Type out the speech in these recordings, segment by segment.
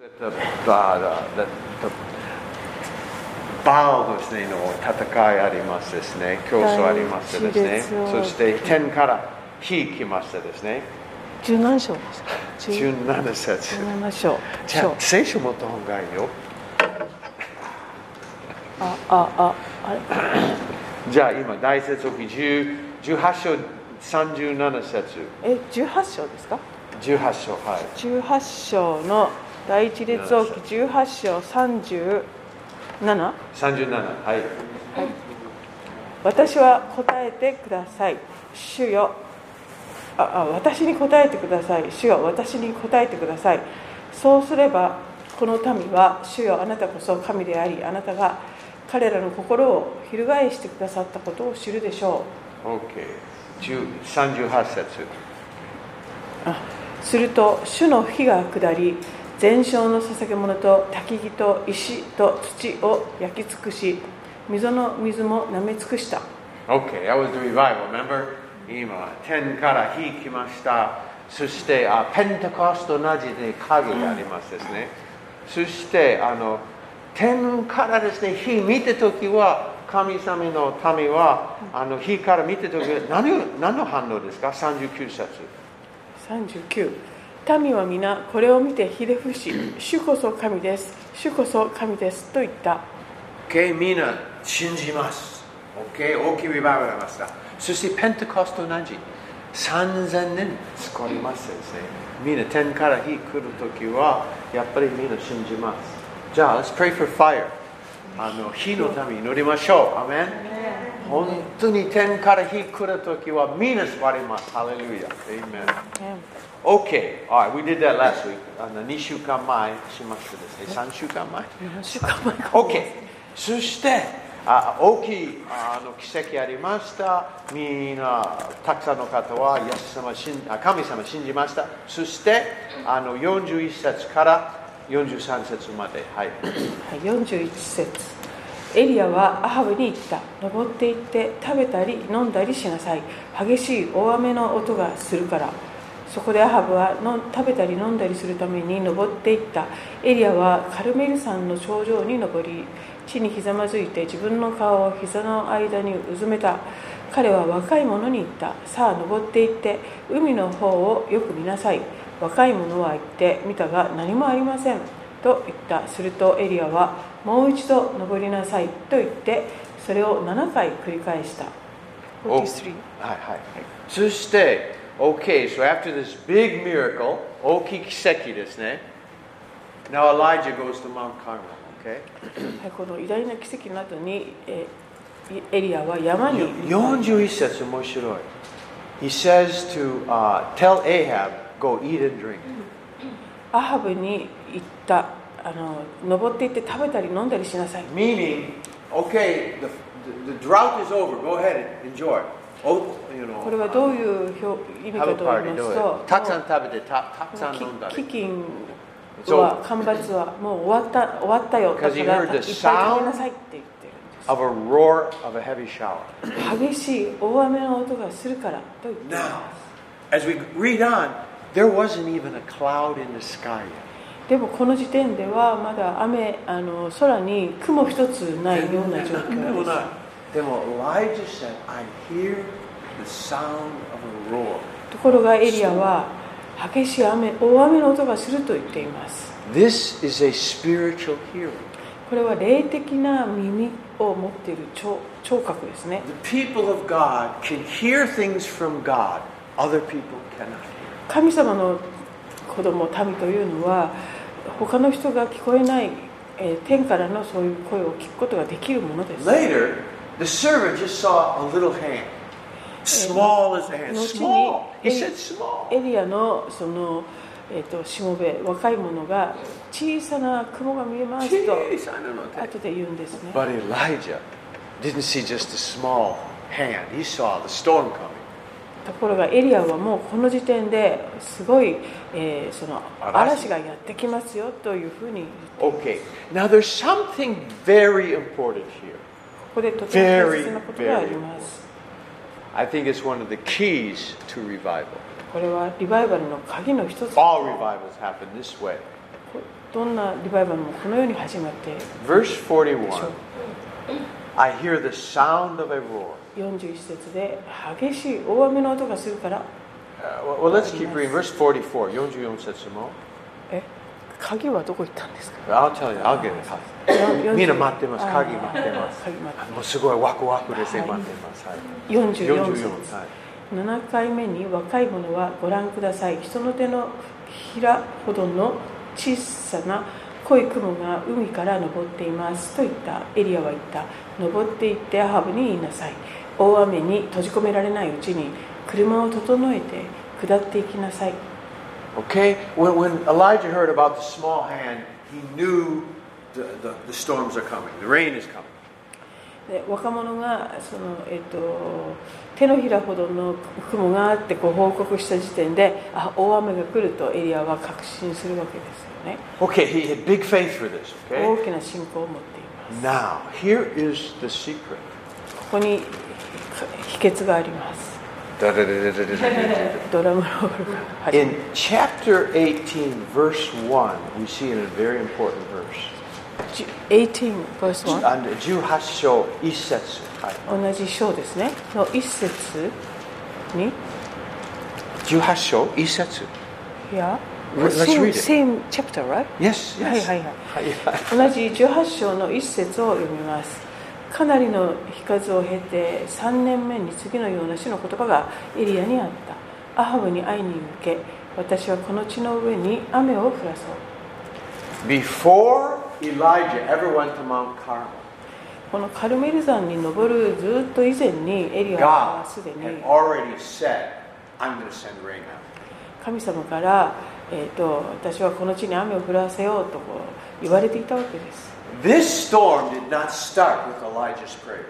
the, uh, the, the, the バーですねの戦いありましてですね、競争ありましてですね第一列、王そして天から火来ましてですね、十何章ですか十17節。七章じゃあ章、聖書持った方がいいよ。ああああれじゃあ今、大説記10 18章37節。え十八章ですか18章、はい。十八章の第一列王記十八章三十七37、はい。私は答えてください主よああ私に答えてください主よ私に答えてくださいそうすればこの民は主よあなたこそ神でありあなたが彼らの心を翻してくださったことを知るでしょ OK。38節。うあすると主の火が下り全焼の捧げ物と焚き木と石と土を焼き尽くし溝の水も舐め尽くした Okay, that was the revival, remember? 今、天から火来ました。そして、あペンテコストと同じで影がありますですね。そして、あの、天からですね、火見たときは、神様の民は、あの、火から見たときは何を、何の反応ですか ?39 節。 39民は皆これを見てひれ伏し主こそ神です主こそ神ですと言った OK、みんな信じます。OK、大きいリバイバルがありました。そしてペンテコストと同じ。3000年使われます先生。みんな天から火来るときは、やっぱりみんな信じます。じゃあ、Let's pray for fire。あの火のために祈りましょう。アメン。本当に天から火来るときは、みんな座ります。ハレルヤ。アメン。Okay, all right, we did that last week. あの2週間前しましたですね。3週間前週間前か OK そしてあ大きいああの奇跡ありましたみんなたくさんの方はイエス様信あ神様信じましたそしてあの41節から43節まではいはい41節エリアはアハブに言った登って行って食べたり飲んだりしなさい激しい大雨の音がするからそこでアハブはの食べたり飲んだりするために登っていったエリアはカルメル山の頂上に登り地にひざまずいて自分の顔を膝の間にうずめた彼は若い者に言ったさあ登って行って海の方をよく見なさい若い者は言って見たが何もありませんと言ったするとエリアはもう一度登りなさいと言ってそれを7回繰り返したお43はいはいそして OK so after this big miracle 大きい奇跡ですね Now Elijah goes to Mount Carmel OK はい、この偉大な奇跡の後に、えーエリアは山に41節面白い。He says to、uh, tell Ahab, go eat and drink. アハブに行ったあの登って行って食べたり飲んだりしなさい Meaning, okay, the, the, the drought is over, go ahead and enjoy. Oh, you これはどう know, uh, いう表意 have 味か a と言い party, ます do と it. たくさん食べてたたくさん飲んだ基り。金 So- は干ばつはもう終わった終わったよだから Because he いっぱ heard the い食べなさいって言っ Of a roar of a heavy shower. てるんです激しい大雨の音がするからと言っていま Now, as we read on, there wasn't even a cloud in the sky yet. すでもこの時点ではまだ雨あの空に雲一つないような状況ですでも Elijah said, I hear the sound of a roar. ところがエリアは激しい雨大雨の音がすると言っています This is a spiritual hearing. これは霊的な耳を持っている聴聴覚ですね The people of God can hear things from God other people cannot. 神様の子供民というのは他の人が聞こえない、えー天からのそういう声を聞くことができるものです Later, the servant just saw a little hand. Small as a hand. Notini- Small. He said small. エリアのそのえーとしもべ若い者が小さな雲が見えますと Jeez, I don't know. 後で言うんですね But Elijah didn't see just a small hand. He saw the storm coming. ところがエリアはもうこの時点ですごい、えーその嵐嵐がやってきますよというふうに Okay. Now there's something very important here. ここでとても大切なことがあります。 I think it's one of the keys to revival. これはリバイバルの鍵の一つ All revivals happen this way. どんなリバイバルもこのように始まっている Verse でしょう41 I hear the sound of a roar. 41節で激しい大雨の音がするから Uh, well, well, let's keep reading. Verse 44. 44節も。え鍵はどこ行ったんですか I'll tell you. I'll get it. 40みんな待ってますあー鍵待ってます鍵待ってもうすごいワクワクですね。はい待ってます。はい、ます44 44節はい。 7回目に若い者はご覧ください人の手のひらほどの小さな濃い雲が海から登っていますと言ったエリアは言った登って行ってアハブに言いなさい大雨に閉じ込められないうちに車を整えて下っていきなさい Okay, when, when Elijah heard about the small hand, he knew the, the, the storms are coming, the rain is coming. で若者がその、えっと手のひらほどの雲があってこう報告した時点であ大雨が来るとエリアは確信するわけですよね Okay, he had big faith for this, 大 okay? きな信仰を持っています Now, here is the secret. ここに秘訣があります。 Da-da-da-da-da-da-da-da. ドラムロールが始ま In chapter 18, verse 1, we see in a very important verse. 18 verse 1 And 18章一節はい同じ章ですね。の一節に、 18章一節いや、 Let's read same, it. same chapter, right? Yes, はい yes. はいはい。はい同じ18章の一節を読みますかなりの日数を経て3年目に次のような主の言葉がエリアにあったアハブに会いに行け私はこの地の上に雨を降らそう Before Elijah ever went to Mount Carmel, このカルメル山に登るずっと以前にエリアは God すでに had already said, I'm going to send rain out. 神様から、えー、と私はこの地に雨を降らせようとこう言われていたわけです This storm did not start with Elijah's prayers.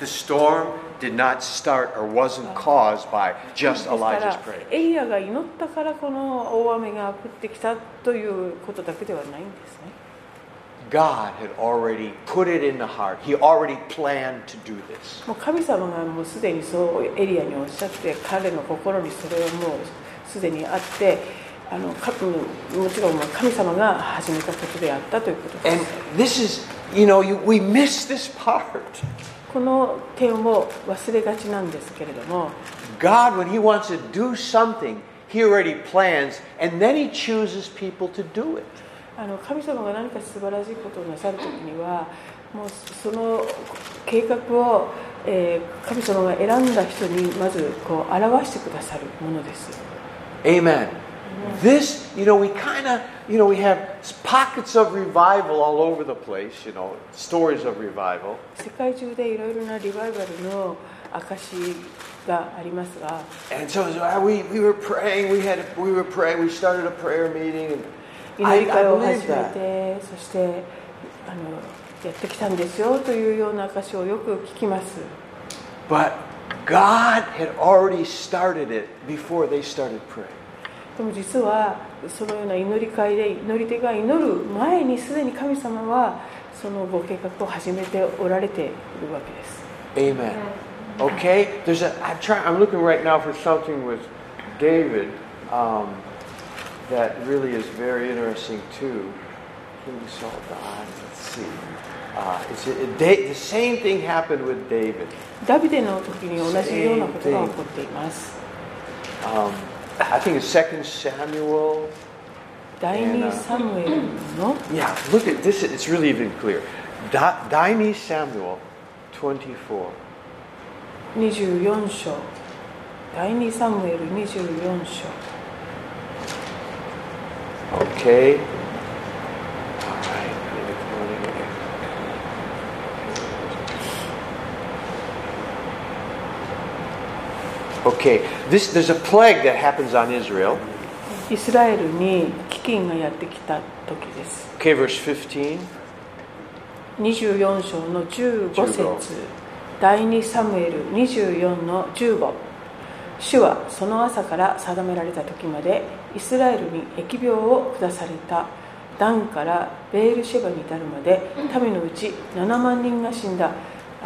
The storm did not start or wasn't caused by で just すから Elijah's prayers. エリアが祈ったからこの大雨が降ってきたということだけではないんですね God had already put it in the heart. He already planned to do this. もう神様がもうすでにそうエリアにおっしゃって彼の心にそれはもうすでにあってあのかうんもちろんまあ神様が始めたことであったということで And す this is, you know, you, we miss this part. この点を忘れがちなんですけれども God, when He wants to do something, He already plans, and then He chooses people to do it. あの神様が何か素晴らしいことをなさる時にはもうその計画を、えー神様が選んだ人にまずこう表してくださるものです Amen. This, you know, we kind of, you know, we have s- pockets of revival all over the place, you know, stories of revival. 世界中でいろいろなリバイバルの証がありますが And so so, ah, we, we were praying, we had we were praying, we started a prayer meeting. And 祈 I, り会 I を始 believe め that. てそしてあのやってきたんですよというような証をよく聞きます But God had already started it before they started praying. でも実はそのような祈り会で祈り手が祈る前にすでに神様はそのご計画を始めておられているわけです Amen. Okay? There's a I'm trying I'm looking right now for something with David um, that really is very interesting too. King Saul died. Let's see. Uh, it's a, a da- the same thing happened with David. ダビデの時に同じようなことが起こっています Um, I think it's Second Samuel. 第2サムエルの Yeah, look at this. It's really even clear. Da- Daini Samuel 24. 24章第2サムエル24章 Okay. All right. 'Kay. This there's a plague that happens on Israel. イスラエルに飢饉がやってきた時です Okay, verse 15. 24章の15節15第2サムエル24の15主はその朝から定められた時までイスラエルに疫病を下されたダンからベールシェバに至るまで民のうち7万人が死んだあ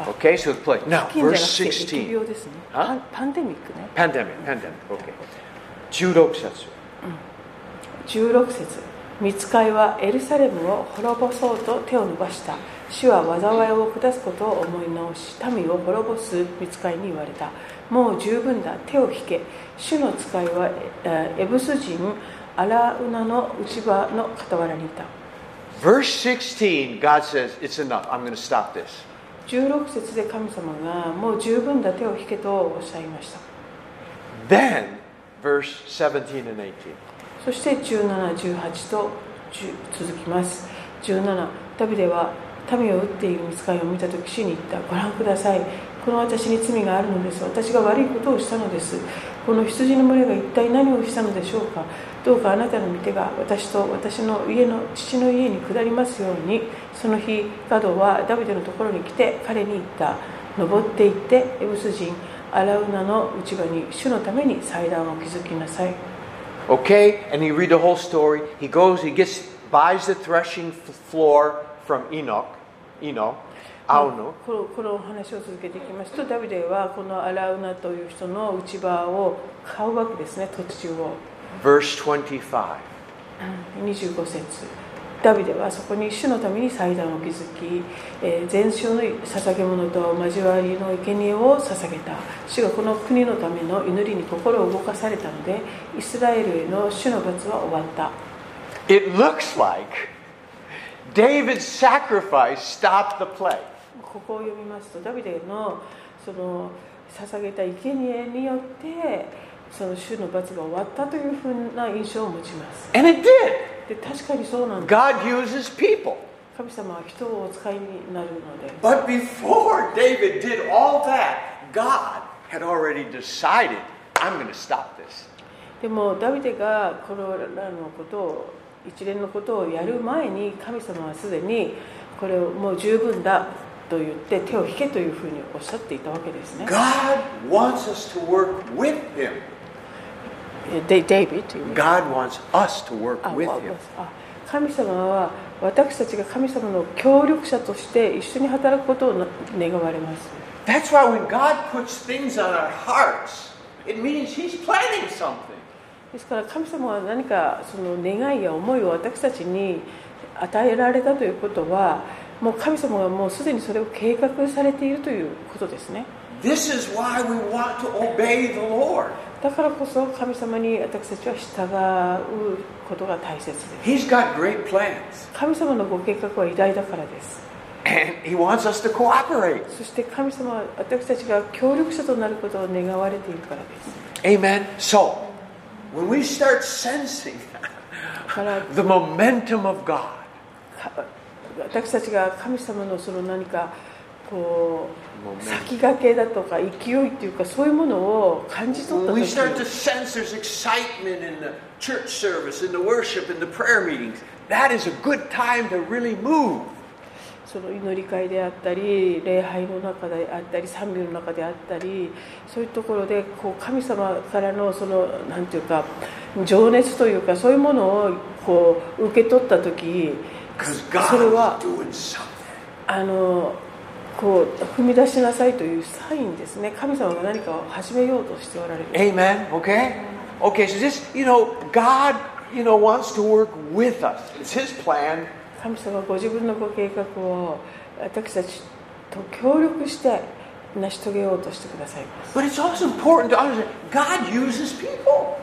Okay, so the plague. Now, 飢饉じゃなく verse て疫 16. 病ですねあパンパンデミックね Pandemic, pandemic. Okay. 16節. 16節見つかいはエルサレムを滅ぼそうと手を伸ばした主は災いを下すことを思い直し民を滅ぼす見つかいに言われたもう十分だ手を引け主の使いはえーエブス人アラウナの内場の傍らにいた Verse 16, God says, It's enough. I'm going to stop this. 16節で神様がもう十分だ手を引けとおっしゃいました Then, verse 17 and 18. そして1718と10続きます17ダビデは民を打っている見つかりを見た時死に行ったご覧くださいこの私に罪があるのです私が悪いことをしたのですこの羊の群れが一体何をしたのでしょうかどうかあなたの御手が私と私の家の父の家に下りますようにその日ガドはダビデのところに来て彼に言った登って行ってエブス人アラウナの内場に主のために祭壇を築きなさい Okay, and you read the whole story. He goes, he gets, buys the threshing f- floor from Enoch, Eno, うん Auno. このこのお話を続けていきますとダビデはこのアラウナという人の内場を買うわけですね土地を Verse 25. 25節ダビデはそこに主のために祭壇を築き、えー全焼の捧げ物と交わりの生贄を捧げた主がこの国のための祈りに心を動かされたのでイスラエルへの主の罰は終わった It looks like David's sacrifice stopped the plague. ここを読みますとダビデのその捧げた生贄によってその主の罰が終わったというふうな印象を持ちます And it did. で確かにそうなんです God uses people. 神様は人をお使いになるので But before David did all that, God had already decided, I'm going to stop this. でもダビデがこのらのことを一連のことをやる前に神様はすでにこれをもう十分だと言って手を引けというふうにおっしゃっていたわけですね God wants us to work with him. えでデイビッド God wants us to work あ with わ him. あ神様は私たちが神様の協力者として一緒に働くことをな願われます That's why when God puts things on our hearts, it means he's planning something. ですから神様は何かその願いや思いを私たちに与えられたということはもう神様がもうすでにそれを計画されているということですね This is why we want to obey the Lord. だからこそ神様に私たちは従うことが大切です He's got great plans, 神様のご計画は偉大だからです and he wants us to cooperate. そして神様は私たちが協力者となることを願われているからです Amen. So, when we start sensing だから the momentum of God, か私たちが神様のその何かこもうねう先駆けだとか勢いっていうかそういうものを感じ取っ When た we start 時 to sense there's excitement in the church service, in the worship, in the prayer meetings, that is a good time to really move. その祈り会であったり礼拝の中であったり賛美の中であったりそういうところでこう神様からのそのなんていうか情熱というかそういうものをこう受け取った時 Because それ God は is doing something. あのこう踏み出しなさいというサインですね神様が何かを始めようとしておられる。 Amen. Okay? Okay, so this, you know, God, you know, wants to work with us. It's his plan. 神様はご自分のご計画を私たちと協力して成し遂げようとしてくださいます But it's also important to understand God uses people.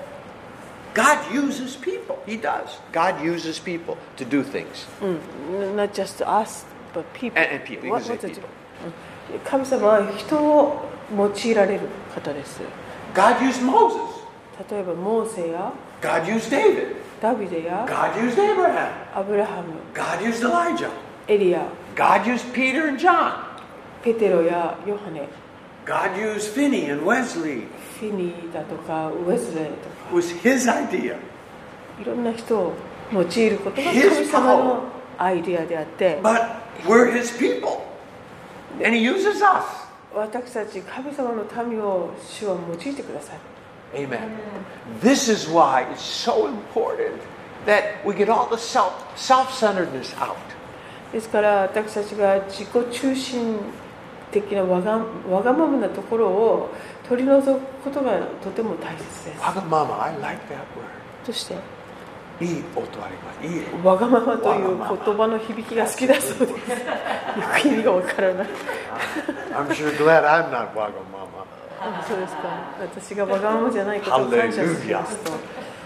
God uses people. He does. God uses people to do things. うん、not just us but people And- and people. What- You can say what to do. うん神様は人を用いられる方です God used Moses. 例えばモーセや God used David. ダビデや God used Abraham. アブラハム God used Elijah. エリア God used Peter and John. ペテロやヨハネ God used Finney and Wesley. フィニーだとかウェズレーとか It was his idea. いろんな人を用いることが His 神様のアイディアであって But we're his people. And he uses us. 私たち神様の民を主は用いてください Amen. This is why it's so important that we get all the self self centeredness out. ですから私たちが自己中心的なわがわがままなところを取り除くことがとても大切です Wagamama, I like that word. そしていい音ありますいいわがままという言葉の響きが好きだそうですよく意味がわからない I'm sure glad I'm not わがままあそうですか私がわがままじゃないことを感謝しますと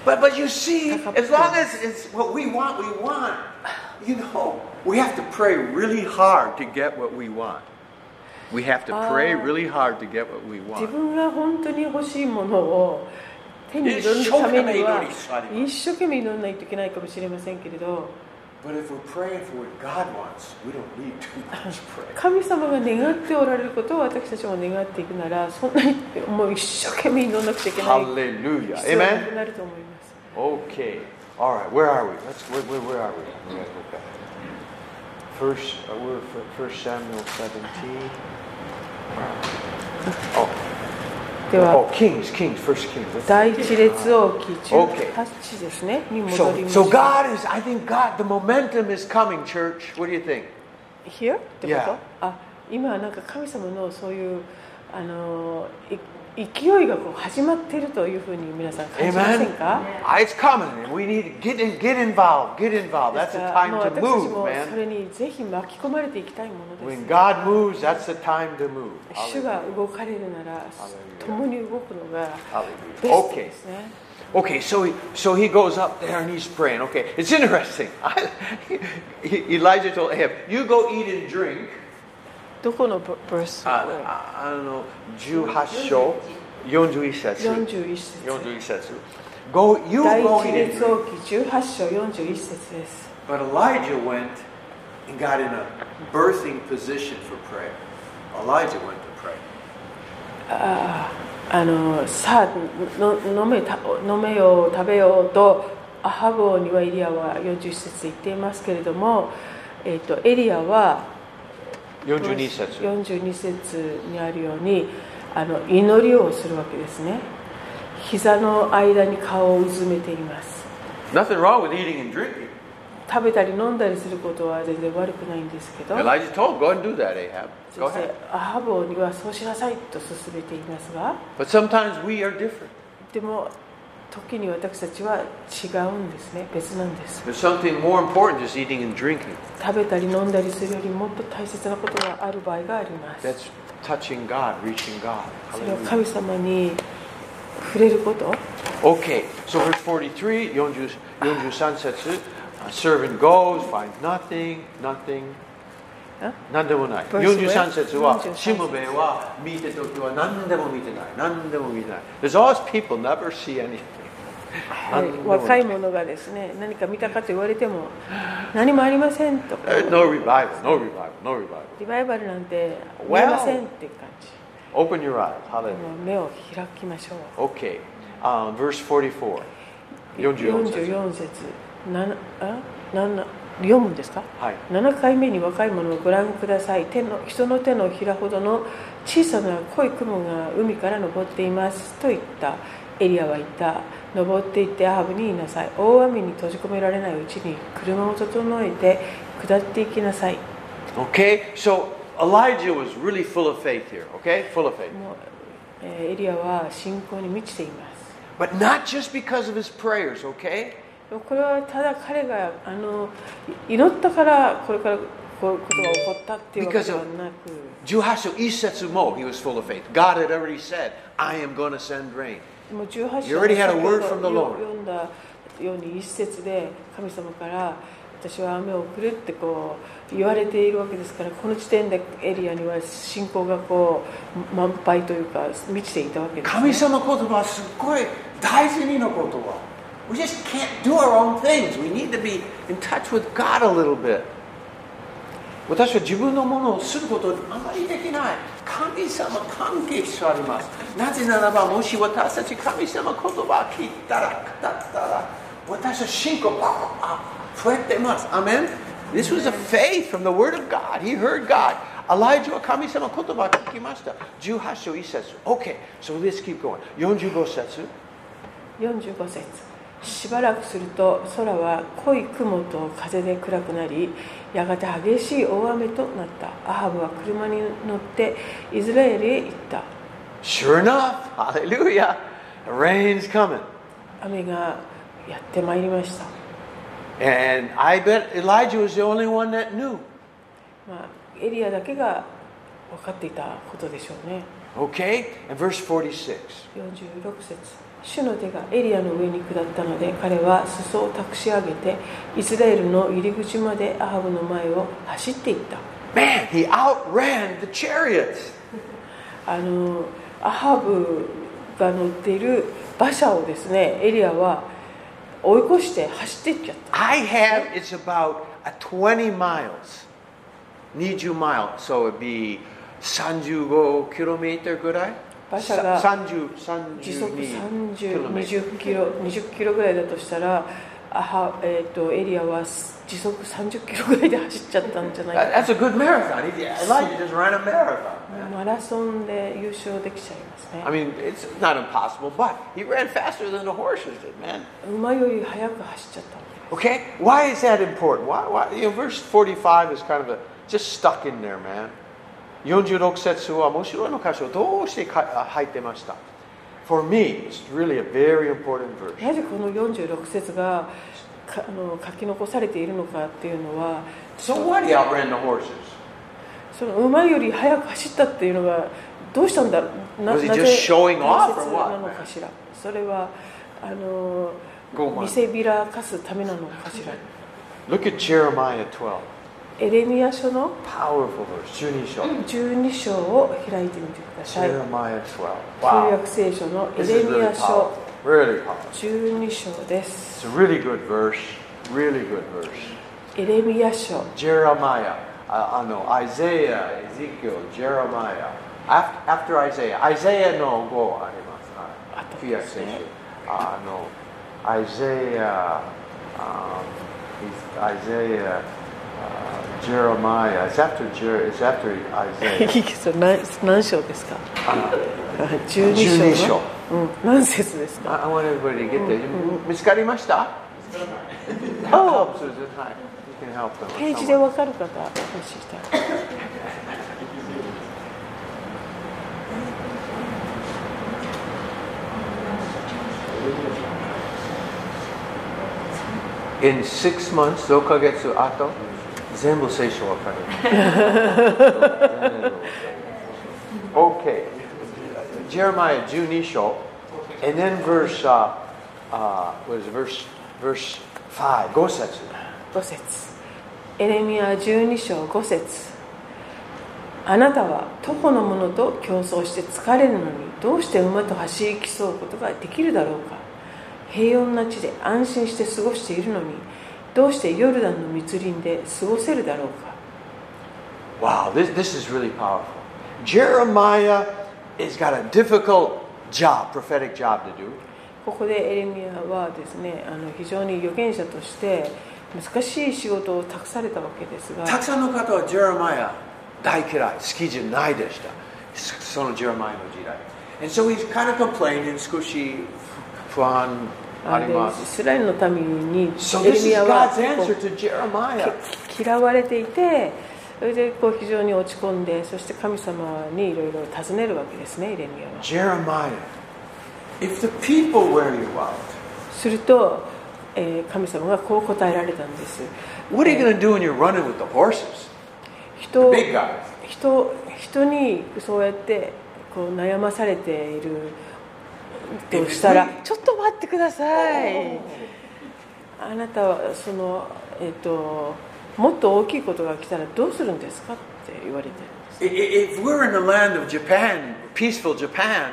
But, but you see, as long as it's what we want, we want. You know, we have to pray really hard to get what we want. We have to pray really hard to get what we 自 want. 分が本当に欲しいものを手に入れるためには一生懸命祈らないといけないかもしれませんけれど But if we're praying for what God wants, we don't need too much prayer. 神様が願っておられることを私たちも願っていくならそんなにもう一生懸命祈らなくちゃいけない Hallelujah. 必要がな Amen? くなると思います Okay. All right. Where are we? Let's. Where, where, where are we? I'm gonna go back. First, uh, we're fir- First Samuel 17. Oh, では oh, Kings, Kings, First Kings. Let's- 第一列王記 Okay. 18ですねに戻り So, ま so す God is. I think God. The momentum is coming, church. What do you think? Here? ってこと、 Yeah. あ今なんか神様のそういうあのい勢いがこう始まっているというふうに皆さん感じません Amen. か Ah, It's coming, and we need to get in, get involved. Get involved. で That's す the からもう time 私た to ちも move, そ man. れにぜひ巻き込まれていきたいものです When God moves, that's the time to move. 主が動かれるなら共に動くのが Hallelujah. ベストですね、 Okay, so he, so he goes up there and he's praying. Okay, it's interesting. I, Elijah told Ahab, "You go eat and drink." どこのブース Uh, I, I don't know, 18章41節41節41節 Go, you 第 go eat 一 and 列 drink. 王記18章41節です But Elijah went and got in a birthing position for prayer. Elijah went to pray. あのさあの飲めた飲めよう食べようとアハブ王にはエリアは40節言っていますけれども、えっとエリアは42節42節にあるようにあの祈りをするわけですね膝の間に顔をうずめています Nothing wrong with eating and drinking. 食べたり飲んだりすることは全然悪くないんですけど Elijah told, "Go and do that, Ahab. そ Go して ahead." アハブ王にはそうしなさいと勧めていますが But sometimes we are different. でも時に私たちは違うんですね別なんです There's something more important than just eating and drinking. 食べたり飲んだりするよりもっと大切なことがある場合があります。 That's touching God, reaching God. それは Hallelujah. 神様に触れること。 Okay, so verse 43, Yonju Yonju-san setsu, a servant goes, finds nothing, nothing. Huh? 何でもない。 Verse 43節。 43節は、しもべは見て時は何でも見てない。何でも見てない。There's always people never see anything. はい何でもない。若い者がですね、何か見たかと言われても、何もありませんとか、 There's Uh, no revival, no revival, no revival. リバイバルなんて見えませんっていう感じ。 Open your eyes. Hallelujah. もう目を開きましょう。 Okay, um, verse 44. 44節。 44節。7あ7読むんですかはい。 7回目に若い者をご覧ください手の人の手のひらほどの小さな濃い雲が海から昇っていますと言ったエリアは言った登っていってアハブに言いなさい大雨に閉じ込められないうちに車を整えて下っていきなさい Okay, so Elijah was really full of faith here, okay? Full of faith. もう、えーエリアは信仰に満ちています But not just because of his prayers, okay? でもこれはただ彼があのい祈ったからこれからこういうことが起こったっていうわけではなく Juhashu isetsumo, he was full of faith. God had already said, I am going to send rain. もう18章 You already had a word from the の Lord. 読んだように一節で神様から私は雨を送るってこう言われているわけですからこの時点でエリアには信仰がこう満杯というか満ちていたわけです、ね、 We just can't do our own things. We need to be in touch with God a little bit. 私は自分のものをすることあまりできない。神様関係しております。なぜならば、もし私たち神様言葉を聞いたら、語ったら、私は信仰パーッ増えてます。アメン This was a faith from the word of God. He heard God. Elijah は神様言葉を聞きました。18章1節。Okay, so let's keep going. 45節。 45節しばらくすると空は濃い雲と風で暗くなりやがて激しい大雨となったアハブは車に乗ってイスラエルへ行った Sure enough, hallelujah, the rain's coming. 雨がやってまいりました And I bet Elijah was the only one that knew. まあ、エリアだけが分かっていたことでしょうね Okay? And verse 46. 46節主の手がエリアの上に下ったので彼は裾を託し上げてイスラエルの入り口までアハブの前を走っていった Man, he outran the chariots. あのアハブが乗っている馬車をですねエリアは追い越して走っていっちゃった I have, it's about a 20 miles. 20 miles. So it'd be 35 kilometer ぐらい馬車が30時速32 kilometer. 3020キロ20キロぐらいだとしたらアハ、えー、とエリアは時速30キロぐらいで走っちゃったんじゃないか That- That's a good marathon. He- Elijah just ran a marathon. もうマラソンで優勝できちゃいますね I mean, it's not impossible, but he ran faster than the horses did, man. 馬より速く走っちゃったの Okay, why is that important? Why, why, you know, verse 45 is kind of a, just stuck in there, man. 46節は面白いの箇所どうしてかあ入ってました uh, ?For me, it's really a very important verse. なぜこの46節がかあの書き残されているのかっていうのは So what? He outran the horses. その馬より速く走ったっていうのがどうしたんだな Was he な just ぜ showing off 大切 or what? なのかしらそれはあの Go on. 見せびらかすためなのかしら Look at Jeremiah 12. エレミア書の Powerful verse. 12章。Mm. 12章を開いてみてください旧 Jeremiah 12. 約 Wow. 聖書のエ This レ is ミ really ア書 powerful. Really powerful. 12章です It's a really good verse. Really good verse. エレミヤ書 Jeremiah, uh, uh, no, Isaiah, Ezekiel, Jeremiah. After, after Isaiah, Isaiah no go あとあります。はい。旧ですね。約聖書。あの、Isaiah, um, he's- Isaiah, uh, Jeremiah. It's after Jer, it's after Isaiah. それ何何章ですか12章12章うん、何節ですか I, I want everybody to get there. 見つかりました？ Oh. Help, Susan. Hi. Oh. You can help them. ページ Someone. で分かる方もしいたら In six months, 6ヶ月後、全部聖書わかる。okay. Jeremiah 12章 and then verse, uh, uh, what is it, verse, verse 5, 5節。 5節エレミア12章5節あなたは徒歩の者と競争して疲れるのにどうして馬と走り競うことができるだろうか平穏な地で安心して過ごしているのにどうしてヨルダンの密林で過ごせるだろうか Wow, this, this is really powerful. Jeremiah has got a difficult job, prophetic job to do. ここでエレミアはですねあの非常に預言者として難しい仕事を託されたわけですがたくさんの方はジェレマヤ大嫌い好きじゃないでしたそそのジェレマヤの時代 And so he's kind of complaining 少し不安ありまイすスラエルの民に So エ this レ is ミア God's はこ answer to Jeremiah う嫌われていてそれでこう非常に落ち込んでそして神様にいろいろ尋ねるわけですねエレミアは Jeremiah If the people wear you out すると、えー神様がこう答えられたんです What are you going to do when you're running with the horses? 人を Big guys 人人にそうやってこう悩まされているとしたら「ちょっと待ってください」あなたはその、えっともっと大きいことが来たらどうするんですかって言われてるんで I- i- す If we're in the land of Japan peaceful Japan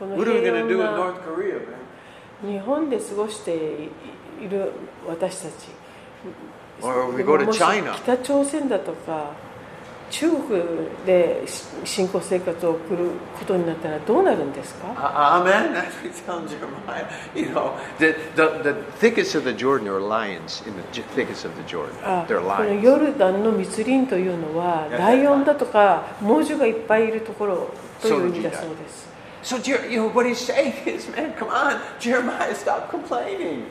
What are we going to do in North Korea, man? 日本で過ごしている私たち Or we go で to ももし China 北朝鮮だとか中国で新興生活を送ることになったらどうなるんですか Uh, Amen. That's what he's telling Jeremiah. You know, the, the, the thickets of the Jordan are lions in the j- thickets of the Jordan. あこ They're の lions. ヨルダンの密林というのは Yeah, ライオンだとか猛獣がいっぱいいるところといそうういう意味だ時代そうです So, Jer- you know, what he's saying is, man, come on, Jeremiah, stop complaining.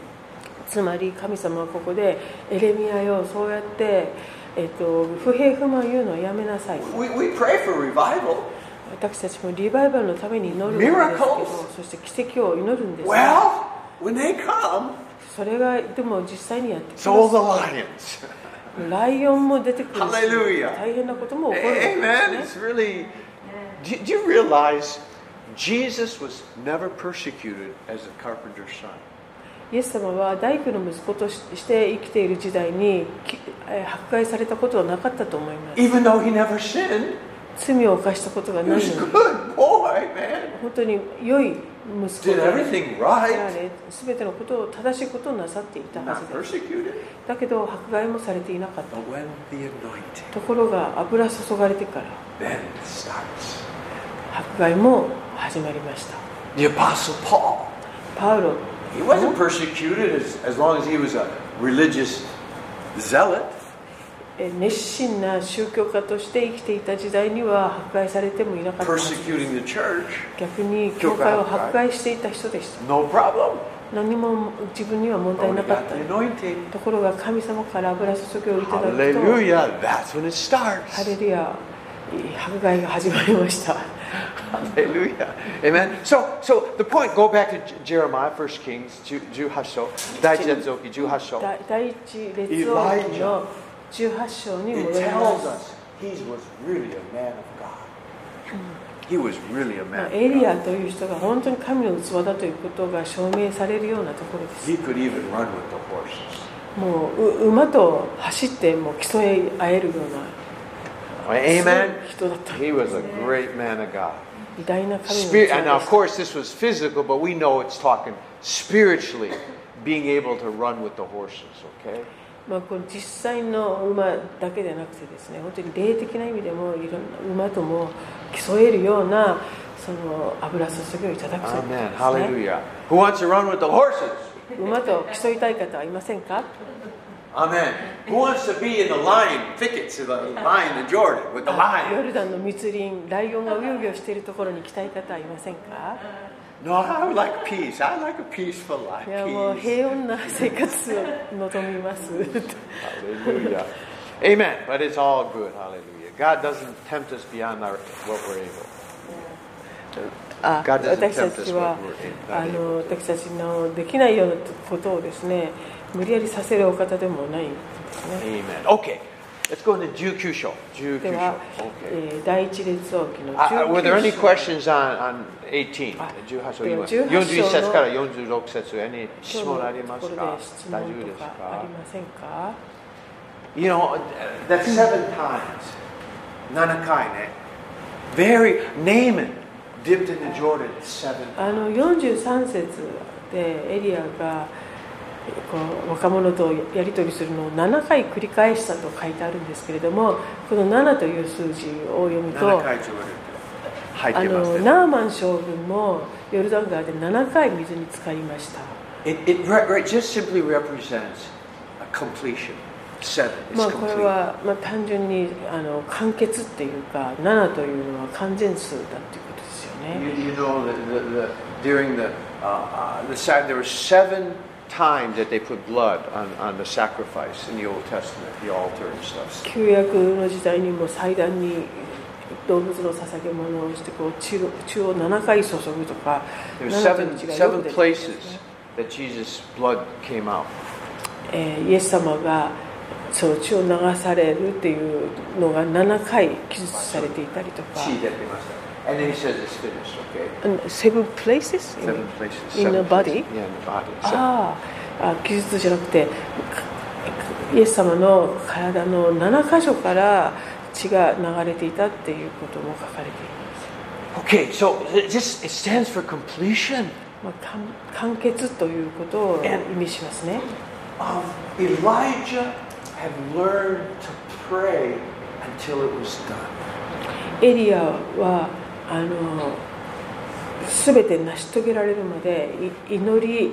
つまり神様はここでエレミアよそうやって、えっと不平不満言うのはやめなさい We, we pray for revival. 私たちもリバイバルのために祈るんですけど Miracles? そして奇跡を祈るんですが Well, when they come, それがでも実際にやってきます想像があります。ライオンも出てくるし Hallelujah. 大変なことも起こるわ け Amen. です It's ね really. Do, do you realize Jesus was never persecuted as a carpenter's son? イエス様は大工の息子としして生きている時代にきえー迫害されたことはなかったと思います Even though he never sinned, 罪を犯したことが he ない was a のに good boy, man. 本当に良い息子 Did であれ everything right. 全てのことを正しいことをなさっていたは Not ずです persecuted. だけど迫害もされていなかった But when the anointing ところが油注がれてから then starts, 迫害も始まりました the Apostle Paul, パウロ he wasn't persecuted as, as long as he was a religious zealot. え熱心な宗教家として生きていた時代には迫害されてもいなかったはずです persecuting the church, 逆に教会を迫害していた人でした no problem. 何も自分には問 But 題 we なかっ got た the anointing. ところが神様から油注ぎをいただくと Hallelujah. That's when it ハ starts. レルヤ迫害が始まりました Hallelujah. Amen. So, so the point, go back to J- Jeremiah, 1 Kings, 18章,第一列王記18章.第第一列王記の18章に It 戻りま tells す us he was really a man of God. He was really a まあ man エ of リア God. という人が本当に神の器だということが証明されるようなところです He could even run with the horses. もうう馬と走ってもう競い合えるような Amen. すごい人だったん He で was す a ね great man of God. 偉大な神の器 Spirit, and で of す course, this was physical, but we know it's talking spiritually, being able to run with the horses, okay? まあ、この実際の馬だけでなくてですね本当に霊的な意味でもいろんな馬とも競えるようなその油注ぎをいただくそうで Amen. すね Hallelujah. Who wants to run with the horses? 馬と競いたい方はいませんか Amen. Who wants to be in the lion thickets of the lion in Jordan with the ヨ lion? ルダンの密林ライオンがうようよしているところに来たい方はいませんか No, I would like peace. I like a peaceful いやもう life. Peace. 平穏な生活を望みます Hallelujah. Amen. But it's all good. Hallelujah. God doesn't tempt us beyond our, what we're able. あ God doesn't 私た tempt us ちは with worry. あの私たちのできないようなことをですね無理やりさせるお方でもないんですね Amen. Okay. Let's go into 19章.で19章.は、 Okay. えー第一列王記の Uh, uh, were there any 19章 questions on, on 18? あ18章では41 18節のから46節 any 質今問日あのりまとすころかで質大問丈夫とですかあかりませんか You know, that's seven times. 7回ね。Very, Naaman dipped in the Jordan seven あの43節でエリアがこう若者とやり取りするのを7回繰り返したと書いてあるんですけれどもこの7という数字を読むと7回ジョーダン入っあてますのね。ナーマン将軍もヨルダン川で7回水に浸かりました It, it, re- it just simply represents a completion. Seven ま is あこれ complete. はまあ単純にあの完結っていうか7というのは完全数だっていうことですよね You, you know, the, the, the, during the, uh, uh, the sac there were seven times that they put blood on, on the sacrifice in the Old Testament, the altar and stuff. 旧約の時代にも祭壇に動物の捧げ物をしてこう血を血を7回注ぐとか There were seven, 7という血がよ seven く出てくるんですね places that Jesus' blood came out. えーイエス様がそう血を流されるっていうのが7回記述されていたりとか And then he says it's finished, okay? And seven places in- Seven places. in seven the body? Ah. places. Yeah, in the body. Seven. あああ記述じゃなくてかイエス様の体の7箇所から血が流れていたっていうことも書かれて Okay, います、so it just it stands for completion まあ、完完結ということを意味しますね of Elijah had learned to pray until it was done. エリアはあの全て成し遂げられるまでい祈り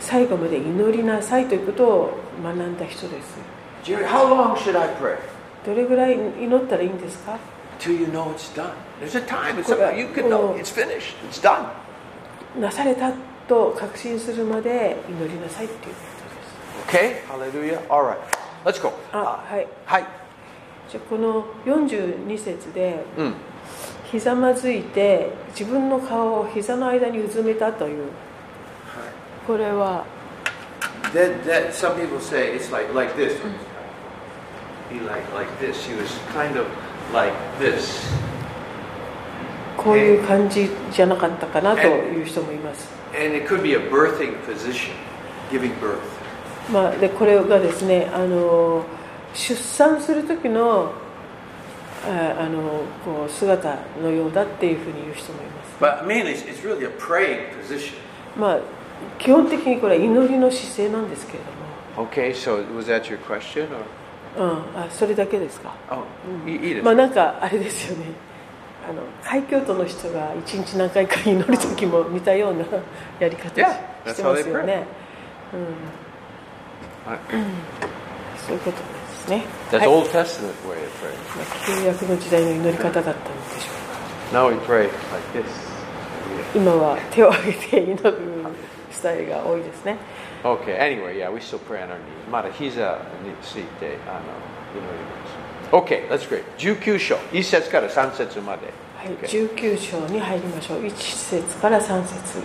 最後まで祈りなさいということを学んだ人です Jerry, how long should I pray? どれぐらい祈ったらいいんですか Till you know it's done. There's a time. It's Correct. you can know Oh. it's finished. It's done. なされたと確信するまで祈りなさいっていうことです Okay. Hallelujah. All right. Let's go. あはい Hi. じゃあこの42節で Mm. ひざまずいて自分の顔を膝の間にうずめたというこれは That, that some people say it's like like this. He like like this. She was kind of like this, こういう感じじゃなかったかなという人もいます、 and it could be a birthing position, giving birth. まあ、でこれがですねあの出産する時のああのこう姿のようだっていうふうに言う人もいます But mainly, it's- it's really a praying position. まあ基本的にこれは祈りの姿勢なんですけれ Okay, so was that your question, or ども、うん、あそれだけですか oh, you eat まあなんかあれですよねあの海峡都の人が一日何回か祈る時も似たようなやり方 Yeah, し that's して how ま they すよね、うんはいそういうことですね That's はい Old Testament way of praying. まあ旧約の時代の祈り方だったんでしょうか Now we pray like this. 今は手を挙げて祈るスタイルが多いですね Okay. Anyway, yeah, we still pray on our knees. Mara hisa ni site ano inorimasu. Okay, that's great. 19章1節から3節まで。はい、 Okay. 19章に入りましょう1節から3節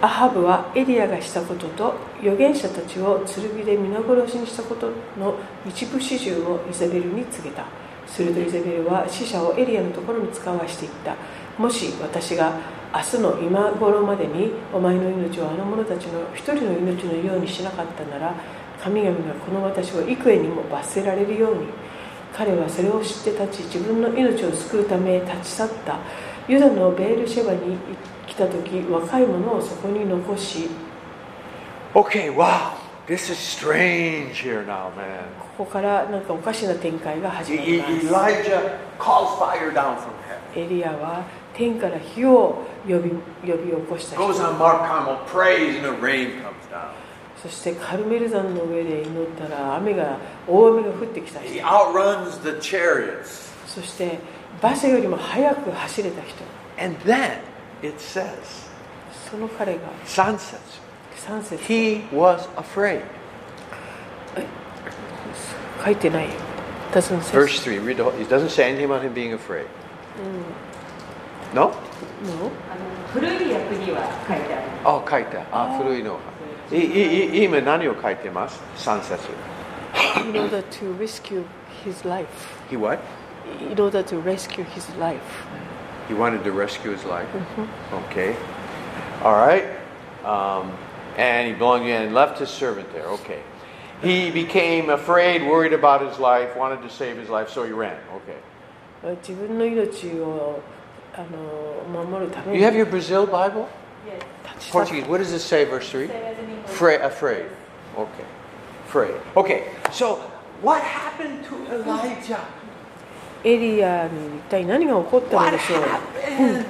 アハブはエリアがしたことと預言者たちを剣で皆殺しにしたことの一部始終をイザベルに告げたするとイザベルは死者をエリアのところに使わしていったもし私が明日の今頃までにお前の命をあの者たちの一人の命のようにしなかったなら神々がこの私を幾重にも罰せられるように彼はそれを知って立ち自分の命を救うため立ち去ったユダのベールシェバに来た時若い者をそこに残し Okay, wow. This is strange here now, man. ここからなんかおかしな展開が始 E- まり E- ます Elijah calls fire down from heaven. エリアは天から火を呼び呼び起こした Goes 人 on Mark Carmel, prays, and the rain comes down. そしてカルメル山の上で祈ったら雨が大雨が降ってきた He 人 outruns the chariots. そして馬車よりも速く走れた人 And then it says, その彼が3節3節 He was afraid. 書いてないよ doesn't say Verse 3, read the whole, it doesn't say anything about him being afraid. No? no? あの古い訳には書いてある。あ、書いてあ、古いのが。いいい今何を書いてます ?3 節。 in order to rescue his life. He what? In order to rescue his life. He wanted to rescue his life. Okay. All right. Um, and he belonged and left his servant there. Okay. He became afraid, worried about his life, wanted to save his life, so he ran. Okay. 自分の命をあの守るため You に have your Brazil Bible? 立ち去った Portuguese. What does it say, verse 3? Fra- afraid. Okay. Afraid. Okay. So, what happened to Elijah? エリアに一体何が起こったの What でしょう happened?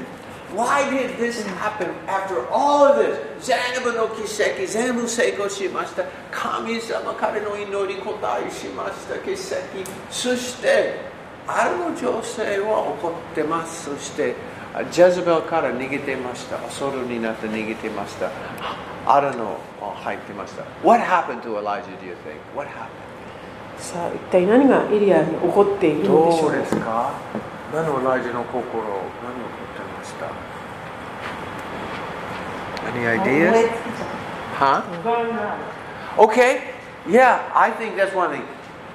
Why did this happen after all of this? 全部の奇跡、全部成功しました。神様、彼の祈り答えしました。奇跡。そして、ある女性は怒ってます。そして、ジェズベルから逃げてました。恐るになって逃げてました。あるの入ってました。What happened to Elijah, do you think? What happened? さあ一体何がエリアに起こっているのでしょうか何の Elijah の心、何をってました Any あの燃え ideas? 尽きちゃ Huh? う。バーンアウト Okay. Yeah, I think that's one thing.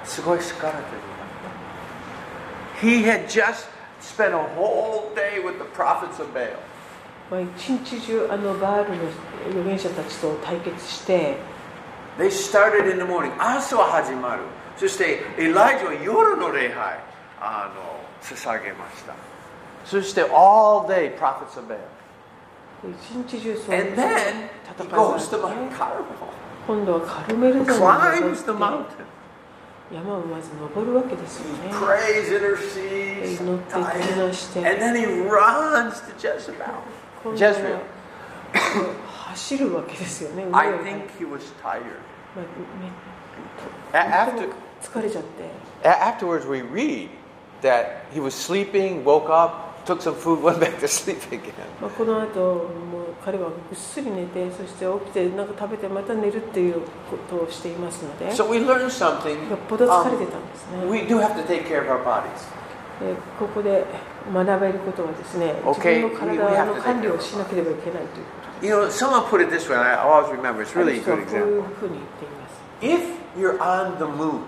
すごい疲れてる。He had just spent a whole day with the prophets of Baal. まあ、一日中あのバールの預言者たちと対決して They started in the morning. 朝始まる。そして、エライジは夜の礼拝、あの、捧げました。そして、all day prophets of Baal. 一日中そういう And 戦い then he があ goes って to Mount Carmel, 今度はカルメル山に登 climbs the って mountain, 山をまず登るわけですよね prays, intercedes, 祈って手出 tithes, して and then he runs to Jezebel. 今度は Jezreel. 走るわけですよね。上を I think he was tired. まあめ A- とて After, も疲れちゃって。 a- afterwards, we read that he was sleeping, woke up, took some food, went back to sleep again. まあ、この後もう彼はぐっすり寝てそして起きてなんか食べてまた寝るっていうことをしていますのでよ So we learn something. っぽど疲れ um, てたんですね we do have to take care of our bodies. でここで学べることはですね Okay, 自分の we- we 体 have to の take 管理をしなければいけないというこ You know, someone put it this way, and I always remember, it's と really a 人は good こう example. いうふうに言っていま If you're on the moon,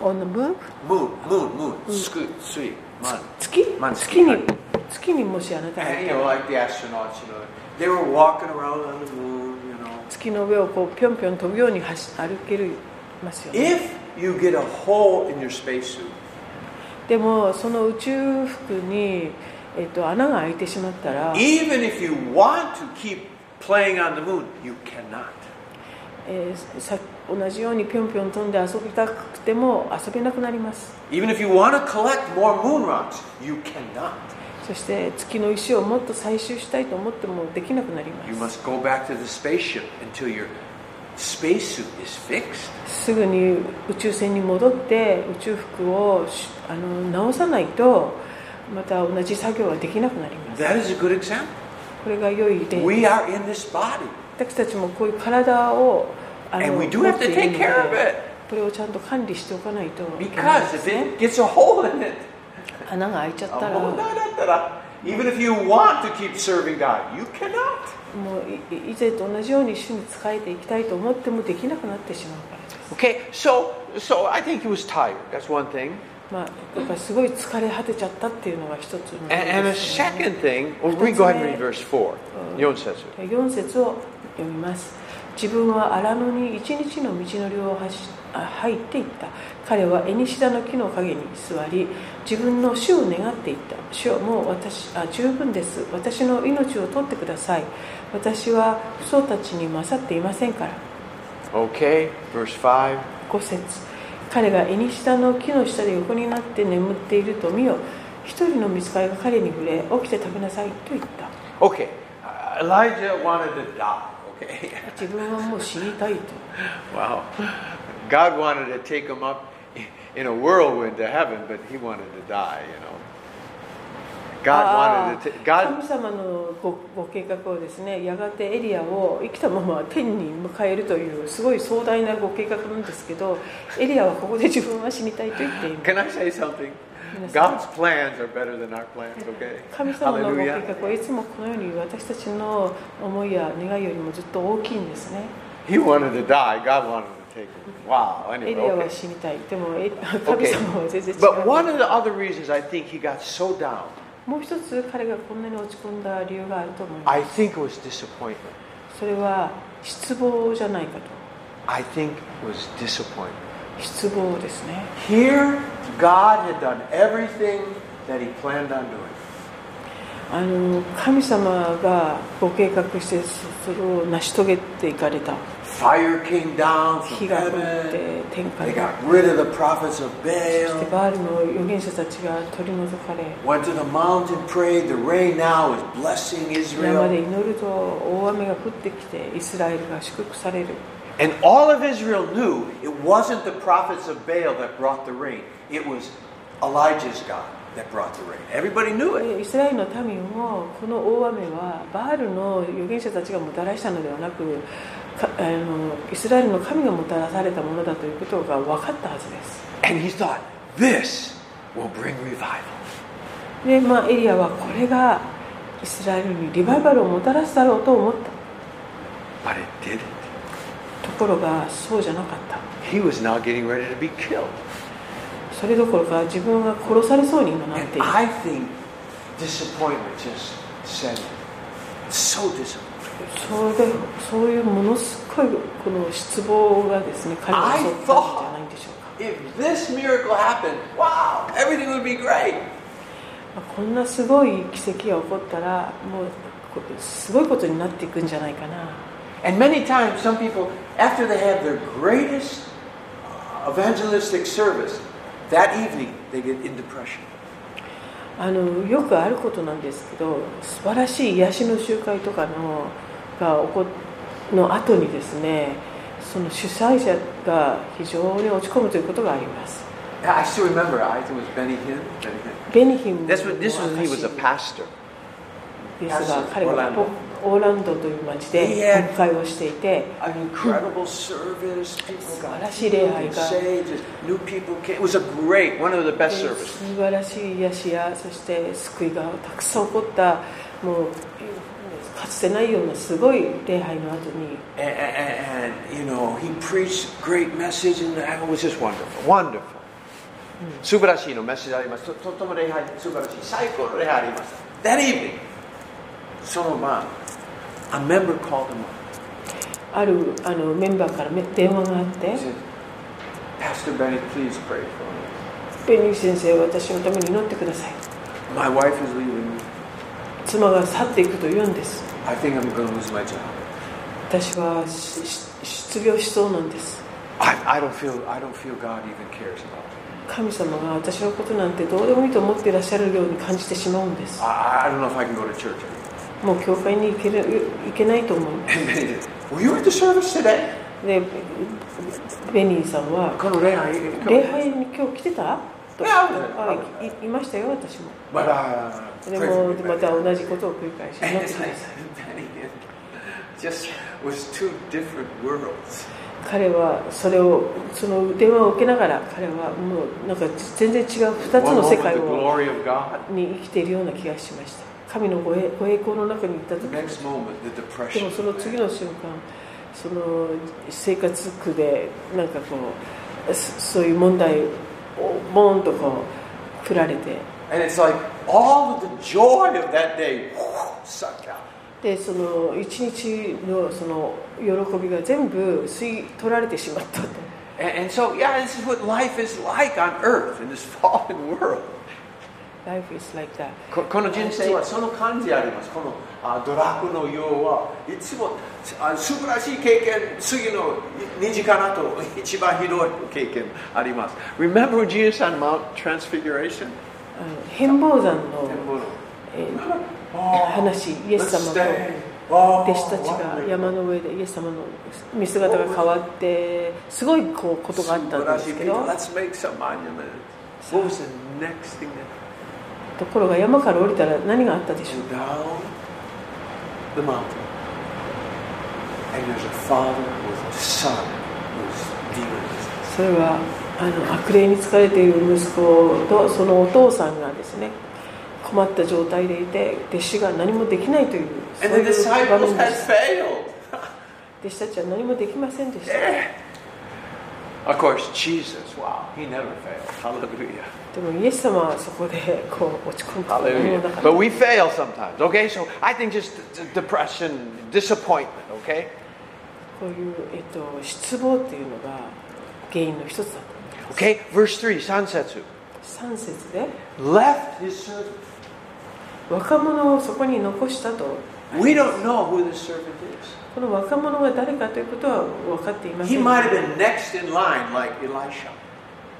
on the moon? moon, moon, moon, scoot, sweep, man. 月まあ月にはい月にもしあなたが And, you know, like the astronauts, you know, they were walking around on the moon, you know. 月の上をこうぴょんぴょん飛ぶように走歩けるますよね If you get a hole in your spacesuit, でもその宇宙服に、えっと、穴が開いてしまったら、 even if you want to keep playing on the moon, you cannot. えーさ同じようにぴょんぴょん飛んで遊びたくても遊べなくなります Even if you want to collect more moon rocks, you cannot. そして月の石をもっと採集したいと思ってもできなくなり You ます must go back to the spaceship until your spacesuit is fixed. すぐに宇宙船に戻って宇宙服をしあの直さないとまた同じ作業はできなくなります That is a good example. これが良い例 We are in this body. 私たちもこういう体をあ And の we do have to 持っている take の care of で it これをちゃんと管理しておかないといけないで because す if ね it gets a hole in it, 穴が開いちゃったら oh, も da, da, da, da. even if you want to keep serving God, you cannot. ういい以前と同じように主に仕えていきたいと思ってもできなくなってしまうからです Okay, so so I think he was tired. That's one thing. まあやっぱりすごい疲れ果てちゃったっていうのが一つの And, and a ですね second thing, well, we go ahead and read verse four. Yon says it. 4節を読みます自分は荒野に一日の道のりを走あ入っていった彼はエニシダの木の陰に座り自分の主を願っていった主よもう私あ十分です私の命を取ってください私は父たちに勝っていませんから Okay, verse five. 5節彼がエニシダの木の下で横になって眠っていると見よ一人の見つかりが彼に触れ起きて食べなさいと言った Okay, uh, Elijah wanted to die. Okay. 自分はもう死にたいと Wow. God wanted to take him up in a whirlwind to heaven, but he wanted to die, you know. God ああ wanted to take God 神様のごご計画をですねやがてエリアを生きたまま天に迎えるというすごい壮大なご計画なんですけどエリアはここで自分は死にたいと言って います Can I say something? 皆さん God's plans are better than our plans, okay? 神様のご計 Hallelujah. 画はいつもこのように私たちの思いや願いよりもずっと大きいんですね He wanted to die, God wanted to take him. Wow. エ Anyway, リアは okay. 死にたいでもえ神 Okay. 様は全然違う But one of the other reasons I think he got so down, もう一つ彼がこんなに落ち込んだ理由があると思いま I think it was disappointment. すそれは失望じゃないかと I think it was disappointment. 失望ですね Here, God had done everything that he planned on doing. あの神様がご計画してそれを成し遂げていかれた Fire came down 火 from が降って heaven. 天下 They が got rid of the prophets of そして Baal. バールの預言者たちが取り除かれ Went to the mountain, prayed. The rain now is blessing 山で Israel. 祈ると大雨が降ってきてイスラエルが祝福される And all of Israel knew it wasn't the prophets of Baal that brought the rain. It was Elijah's God that brought the rain. Everybody knew it. でイスラエルの民もこの大雨はバールの預言者たちがもたらしたのではなくかあのイスラエルの神がもたらされたものだということが分かったはずです And he thought, this will bring revival. で、まあ、エリアはこれがイスラエルにリバイバルをもたらすだろうと思った But it didn't. ところがそうじゃなかった He was now getting ready to be killed. それどころか自分が殺されそうに今なってい And る I think disappointment just said it. So disappointed. それでそういうものすごいこの失望がですね彼を襲ったんじゃないんでしょうか If this miracle happened, wow, everything would be great. まあこんなすごい奇跡が起こったらもうこすごいことになっていくんじゃないかな And many times, some people, after they have their greatest evangelistic service, that evening they get in depression. あのよくあることなんですけど素晴らしい癒しの集会とかのが起この後にですねその主催者が非常に落ち込むということがあります I still remember, I think it was Benny Hinn. Benny Hinn. ベニヒム That's what this was. He was a の証 pastor. ですが Pastor, 彼がポ Orlando. オーランドという町 Yeah. で国会をしていて An incredible service. People got 素晴らしい礼拝 healed が。and saved. Just New people came. It was a great, one of the で best 素 services. 晴らしい癒しやそして救いがたくさん起こったもうかつてないようなすごい礼拝の後に And, and, you know, he preached great message, and it was just wonderful. Wonderful. 素晴らしいのメッセージあります。ととっても礼拝、素晴らしい。最高の礼拝あります。That evening, その晩、a member called him up. あるあのメンバーからめ電話があって He said, Pastor Benny, please pray for me. 「ベニー先生私のために祈ってください My wife is leaving me. 妻が去っていくと言うんです I think I'm going to lose my job. 私はしし失業しそうなんです I, I don't feel I don't feel God even cares about me. 神様が私のことなんてどうでもいいと思っていらっしゃるように感じてしまうんです I, I- I don't know if I can go to church anymore. もう教会に行ける行けないと思います And Benny said, Were you at the service today? でベニーさんは Come on, I 「 come 礼 on. 拝に今日来てた?」といやあいいましたよ私も But uh, で pray for も me, ま Benny." た同じことを繰り返し祈 And it's ってくださ like Benny, い it just was two different worlds. 彼はそれをその電話を受けながら彼はもうなんか全然違う2 One つの世 moment 界 the を glory of God, に生きているような気がしました神のご栄ご栄光の中にいた the 時 next moment the で depression. もその次 of の瞬間その生活苦でなんかこうそそういう問題をボーンとこう振られて man. And it's like all of the joy of that day sucked out. でその一日のその喜びが全部吸い取られてしまったと And, and so, yeah, this is what life is like on earth in this fallen world. Life is like that ここの人生はその感じあります。このあドラッグのようはいつもあ素晴らしい経験、次の2時間後、一番ひどい経験あります。Remember Jesus on Mount Transfiguration? あの変貌山の、えー話イエス様と弟弟子たちが山の上でイエス様の見姿が変わってすごいこうことがあったんですけど Let's make some monument. What was the next thing that ところが山から降りたら何があったでしょう and down the mountain. And there's a father with a son who's demon possessed. それはあの悪霊に疲れている息子とそのお父さんがですね困った状態でいて弟子が何もできないというそう And the いう場 disciples 面で had した failed. 弟子たちは何もできませんでした Eh. Of course, Jesus, wow, he never failed. Hallelujah. でもイエス様はそこでこう落ち込むことは何も Hallelujah. なかっ But た we fail sometimes, okay? So I think just d- depression, disappointment, okay? こういう、えっと、失望っていうのが原因の一つだと Okay, verse 3, Sansetsu. 3節で Left his servant. 若者をそこに残したと We don't know who this servant is. この若者が誰かということは分かっていませ He ん might have been next in line, like Elisha.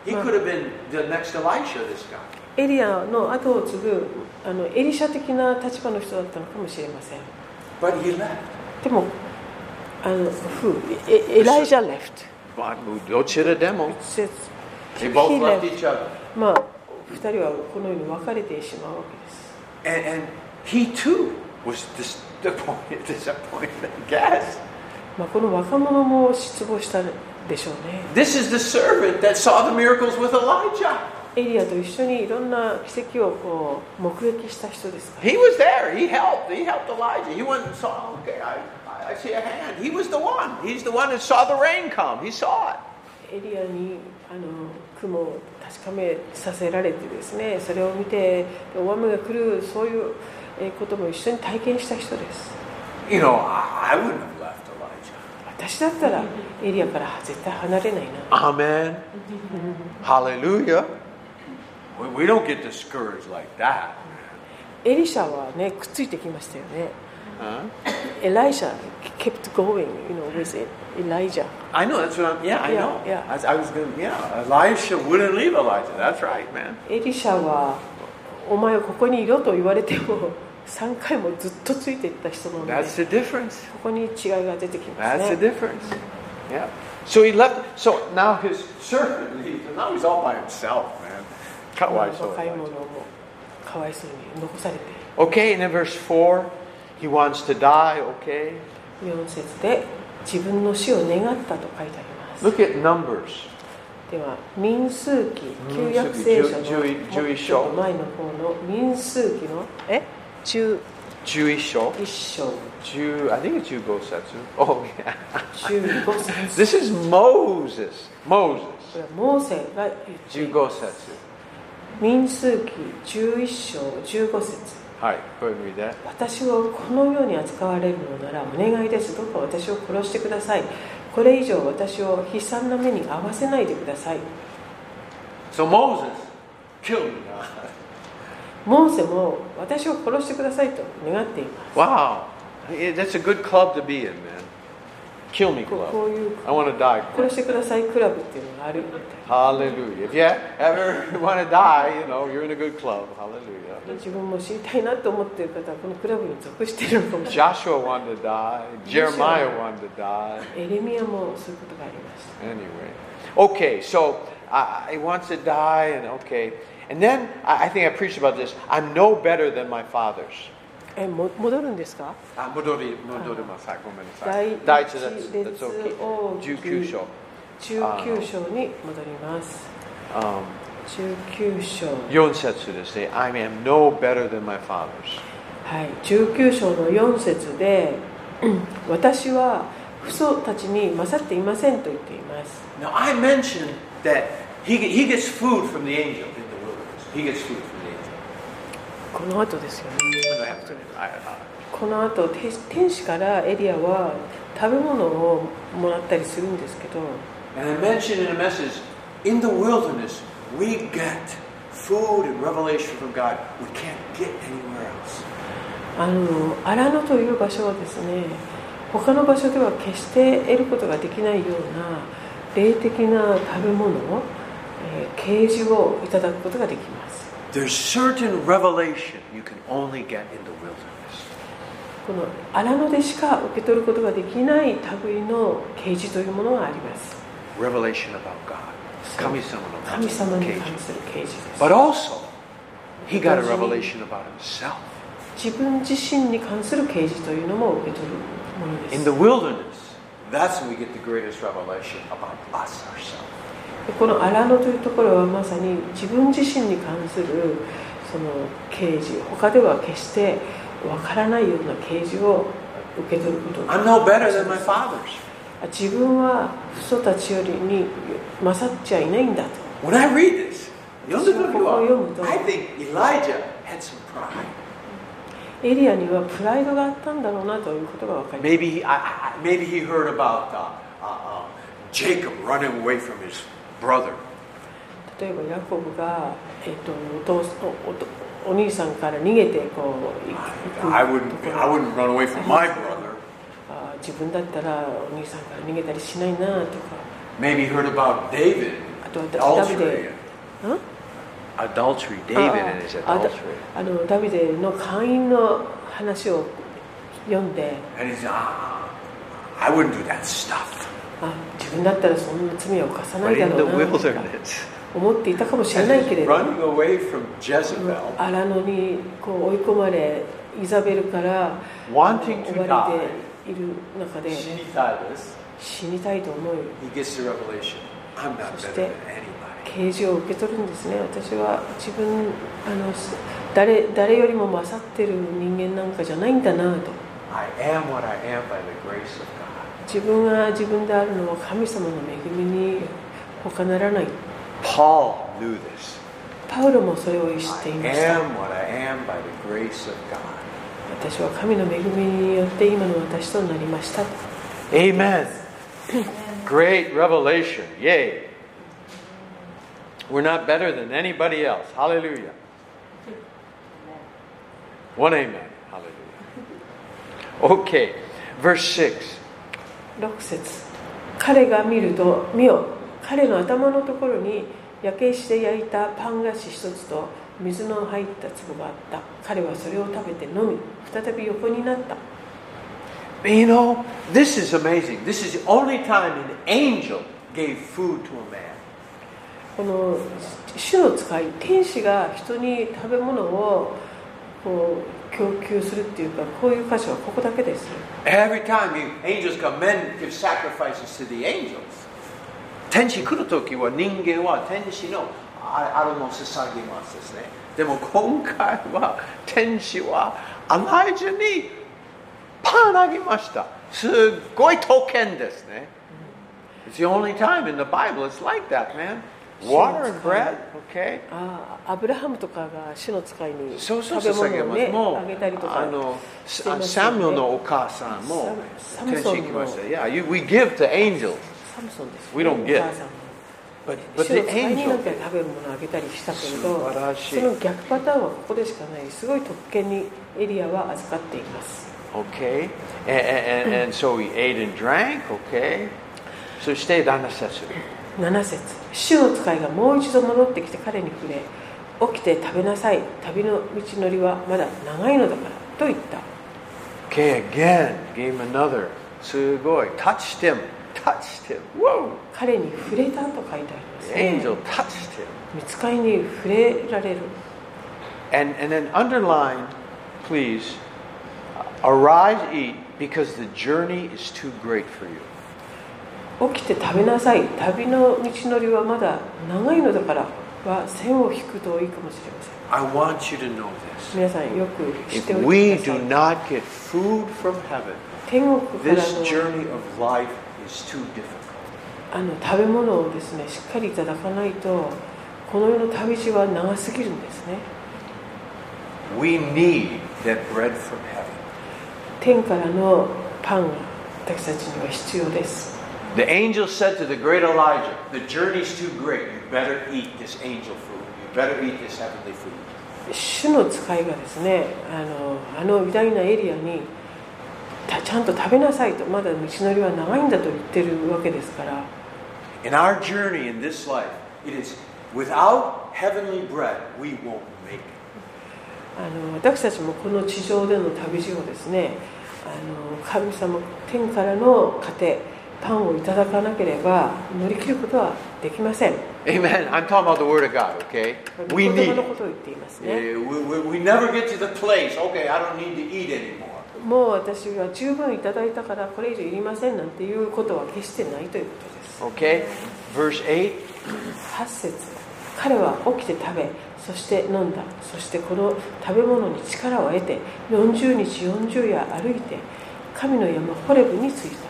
He could have been the next Elisha, this guy. エリアの後を継ぐあのエリシャ的な立場の人だったのかもしれません But he left. でもあの夫エエライジャ・レフト demo. せ They He both left left. each other. まあ2人はこのように別れてしまうわけです And, and he too was disappointed, disappointed, I guess. まあ、この若者も失望したでしょうね This is the servant that saw the miracles with Elijah. エリアと一緒にいろんな奇跡をこう目撃した人ですから He was there. He helped. He helped Elijah. He went and saw, okay, I, I- I see a hand. He was the one. He's the one that saw the rain come. He saw it. エリアにあの雲を確かめさせられてですねそれを見て大雨が来るそういうえーことも一緒に体験した人です You know, I, I wouldn't have left Elijah. 私だったらエリアから絶対離れないな Amen. Hallelujah. We, we don't get discouraged like that. エリシャはねくっついてきましたよね Huh? エライシャ kept going you know with Elijah I know. That's what I'm. Yeah, I Yeah, know. yeah. I, I was going. to Yeah, Elisha wouldn't leave Elijah. That's right, man. エリシャはお前はここにいろと言われても3回もずっとついていった人なので That's the difference. ここに違いが出てきます That's the ね difference. Yeah. So he left. So now his servant leaves, and now he's all by himself, man. 若い Kawaii 者もかわいそうに残されて Okay, and in verse four, he wants to die. Okay. 4節で自分の死を願ったと書いてあります Look at Numbers. では民数記旧民約数記聖書の11もうちょっと前の方の民数記のえ10 11章一章10 I think it's 15節 Oh, yeah. 15節 This is Moses. これ Moses. はモーセが言っている15節。民数記11章15節はい、これ見て。私をこのように扱われるのならお願いですどうか私を殺してくださいこれ以上私を悲惨な目に遭わせないでください So Moses, kill me. モーセも私を殺してくださいと願っています Wow. Yeah, That's a good club to be in, man. Kill me こ club. こういう I want to die 殺 club. してくださいクラブっていうのがあるみたい Hallelujah. If you ever want to die, you know, you're in a good club. Hallelujah. な自分も知りたいなと思っている方はこのクラブに属しているのかもしれない Joshua wanted to die. Jeremiah wanted to die. エレミアもそういうことがありました Anyway, okay, so I, I want to die, and okay. And then I, I think I preached about this. I'm no better than my fathers. えも戻るんですか Ah, Midori- Midori Masai, go minute, sorry. 第 Daichi, 一列 that's, that's okay. 王記19章。 19章に戻ります Um, 19章4節ですね。I am no better than my fathers. はい、19章の4節でうん「私は父祖たちに勝っていません」と言っています Now, I mentioned that he, he gets food from the angel in the wilderness. He gets food from the angel. この後ですよね I haven't read it. I- I- この後天天使からエリアは食べ物をもらったりするんですけど And I mentioned in a message, in the wilderness, we get food and revelation from God we can't get anywhere else. あの荒野という場所はですね他の場所では決して得ることができないような霊的な食べ物を、えー、啓示をいただくことができます There's certain revelation you can only get in the wilderness. この荒野でしか受け取ることができない類の啓示というものがあります Revelation about God. 神様の中の啓神様に関示。する啓示です But also, he got a revelation about himself. 自分自身に関する啓示というのも受け取るもので In す the wilderness, that's when we get the greatest revelation about us, ourselves. でこの荒野というところはまさに自分自身に関するその啓示他では決してわからないような啓示を受け取ること I'm no better than my fathers. 自分は父祖たちよりに勝っちゃいないんだと When I read this, 読んだ時は、そう、ここを読むと。 I think Elijah had some pride. エリアにはプライドがあったんだろうなということが分かります Maybe he, I, I- maybe he heard about uh, uh, um, Jacob running away from his brother. 例えばヤコブが、えっとお父おとお兄さんから逃げてこう I 行く wouldn't, とこ I ろ wouldn't run away from my brother. あ自分だったらお兄さんから逃げたりしないなとか Maybe he heard about David. あとはダビデ Adultery. Uh, ん Adultery. あああのダビデの会員の話を読んで And he's, ah, I wouldn't do that stuff. あ自分だったらそんな罪を犯さないだろうなとか 思っていたかもしれ And ないけ he's れど running away from Jezebel. 荒野にこう追い込まれイザベルから追 Wanting to われている中で She 死にたいと思い He gets the revelation. I'm not better そして、 than anybody. 啓示を受け取るんですね私は自分あのす誰誰よりも勝ってる人間なんかじゃないんだなと I am what I am by the grace of God. 自分が自分であるのは神様の恵みに他ならない Paul knew this. パウロもそれを知っ I ていました am what I am by the grace of God. 私は神の恵みによって今の私となりました Amen. Great revelation. Yay. We're not better than anybody else. Hallelujah. One amen. Hallelujah. Okay. Verse 6. 6節彼が見ると見よ彼の頭のところに焼け石で焼いたパン菓子一つと水の入った壺があった彼はそれを食べて飲み再び横になった You know, this is amazing. This is the only time an angel gave food to a man. この主の使い天使が人に食べ物をこう供給するっていうかこういう箇所はここだけです Every time the angels come, men give sacrifices to the angels. 天使来るときは人間は天使のああれも捧げますですね。でも今回は天使はアライジャにパンあげましたすっごい特権ですね It's the only time in the Bible it's like that man water and bread okay ああアブラハムとかが死の使いにそう食そうべ捧げ物を、ます、ね、もうあげたりとかあのしサてますよサねミュエルのお母さんもサム天ソ使ン行のきました Yeah, you, we give to angels サムソンですよ We don't get お母さんも but, 死 but the の使いにな angel って食べるものをあげたりしたけれ素ど晴らしいその逆パターンはここでしかないすごい特権にエリアは預かっています okay and, and, and so he ate and drank okay そして旦那さん7節主の使いがもう一度戻ってきて彼に触れ起きて食べなさい旅の道のりはまだ長いのだからと言った Okay, again, gave him another. すごい。Touched him. Touched him. Whoa! 彼に触れたと書いてあります The ね angel touched him. 見つかりに触れられる And, and then underline, please, arise, eat, because the journey is too great for you. 起きて食べなさい旅の道のりはまだ長いのだからは線を引くといいかもしれません I want you to know this. 皆さんよく知っ If ておい we てくだ do さい not get food from heaven, 天国からの this journey of life is too difficult. あの食べ物をですねしっかりいただかないとこの世の旅路は長すぎるんですね We need that bread from heaven. 天からのパンが私たちには必要です The angel said to the great Elijah, The journey's too great. You better eat this angel food. You better eat this heavenly food. 主の使いがですねあのあの偉大なエリアにたちゃんと食べなさいとまだ道のりは長いんだと言ってるわけですから In our journey in this life, it is without heavenly bread, we won't make it. あの私たちもこの地上での旅路をですねあの神様天からの糧パンをいただかなければ乗り切ることはできません Amen. I'm talking about the Word of God, okay? 御 We 言葉 need it. のことを言っています Yeah, ね Eh, we, we, we never get to the place, okay, I don't need to eat anymore. もう私は十分いただいたからこれ以上いりませんなんていうことは決してないということです Okay? Verse 8. 8節彼は起きて食べそして飲んだそしてこの食べ物に力を得て40日40夜歩いて神の山ホレブに着いた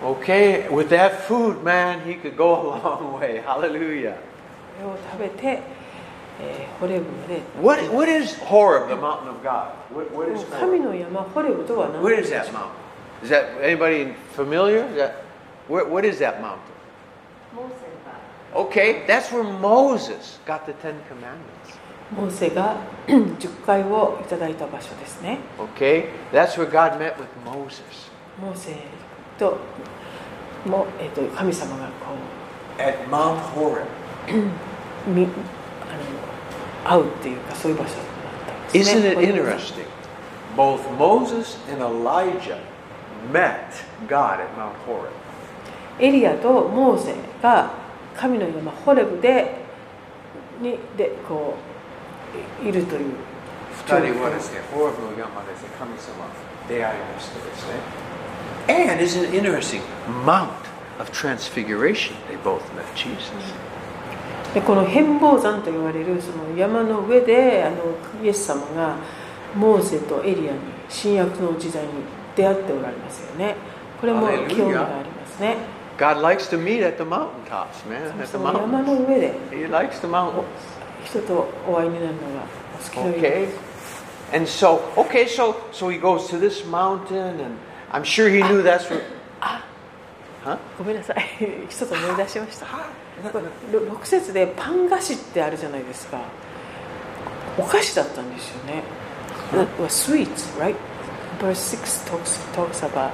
Okay, with that food, man, he could go a long way. Hallelujah. これを食べて、えーホレブまで What, what is Horeb, the mountain of God? What, what is 神 Horeb? の山ホレブとは何 Where is that mountain? Is that anybody familiar? Is that, where, what is that mountain? モーセが Okay, that's where Moses got the Ten Commandments. モーセが10回をいただいた場所ですね Okay, that's where God met with Moses. モーセとも、えー、と神様がこ At Mount Horeb. うみあの会うっていうかそういう場所だったんです Isn't ね it ホレブ山 interesting? Both Moses and Elijah met God at Mount Horeb. エリアとモーセが神の山ホレブでにでこういいるという二人はですね、ホーブの山ですね、神様、出会いましたですね。And isn't it interesting? Mount of Transfiguration, they both met Jesus. でこの変貌山と言われるその山の上であのイエス様がモーセとエリアに新約の時代に出会っておられますよねこれもハレルヤ興味があります ね God likes to meet at the mountaintops, man, at そ the の山の mountains. 上で He likes the mountains. 人とお会いになるのがお好き Oh, のようで Okay? す And so, okay, so so he goes to this mountain, and I'm sure he knew that's where. ごめんなさい 一つ思い出しました これろ6節でパン菓子ってあるじゃないですかお菓子だったんですよね That was sweets, right? Verse 6 talks, talks about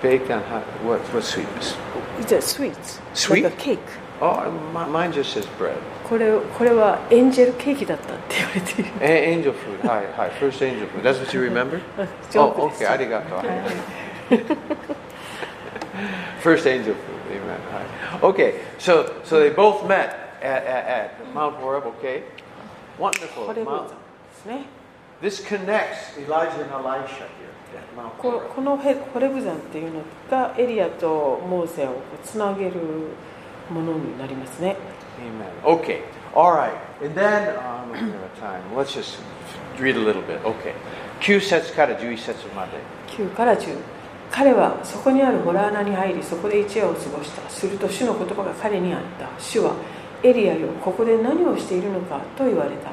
Baked on hot. What, what sweetness? It's a sweets, Sweet? like a cake Oh, my, mine just says bread. これこれはエンジェルケーキだったって言われている A- angel food. Hi, hi. First angel food. That's what you remember? ジョー oh, クで okay. す Arigato. First angel food. Amen. Hi. Okay. So, so they both met at, at, at Mount Horeb. Okay. こ Wonderful. れも Mount. ですね This connects Elijah and Elisha here at Mount こ Horeb. このヘホレブ山っていうのがエリアとモーセをこうつなげるものになりますね Amen. Okay. All right. And then, uh, I'm running out of time. Let's just read a little bit. Okay. 9節から11節まで。 9から10彼はそこにある洞穴に入りそこで一夜を過ごしたすると主の言葉が彼にあった主はエリアよここで何をしているのかと言われた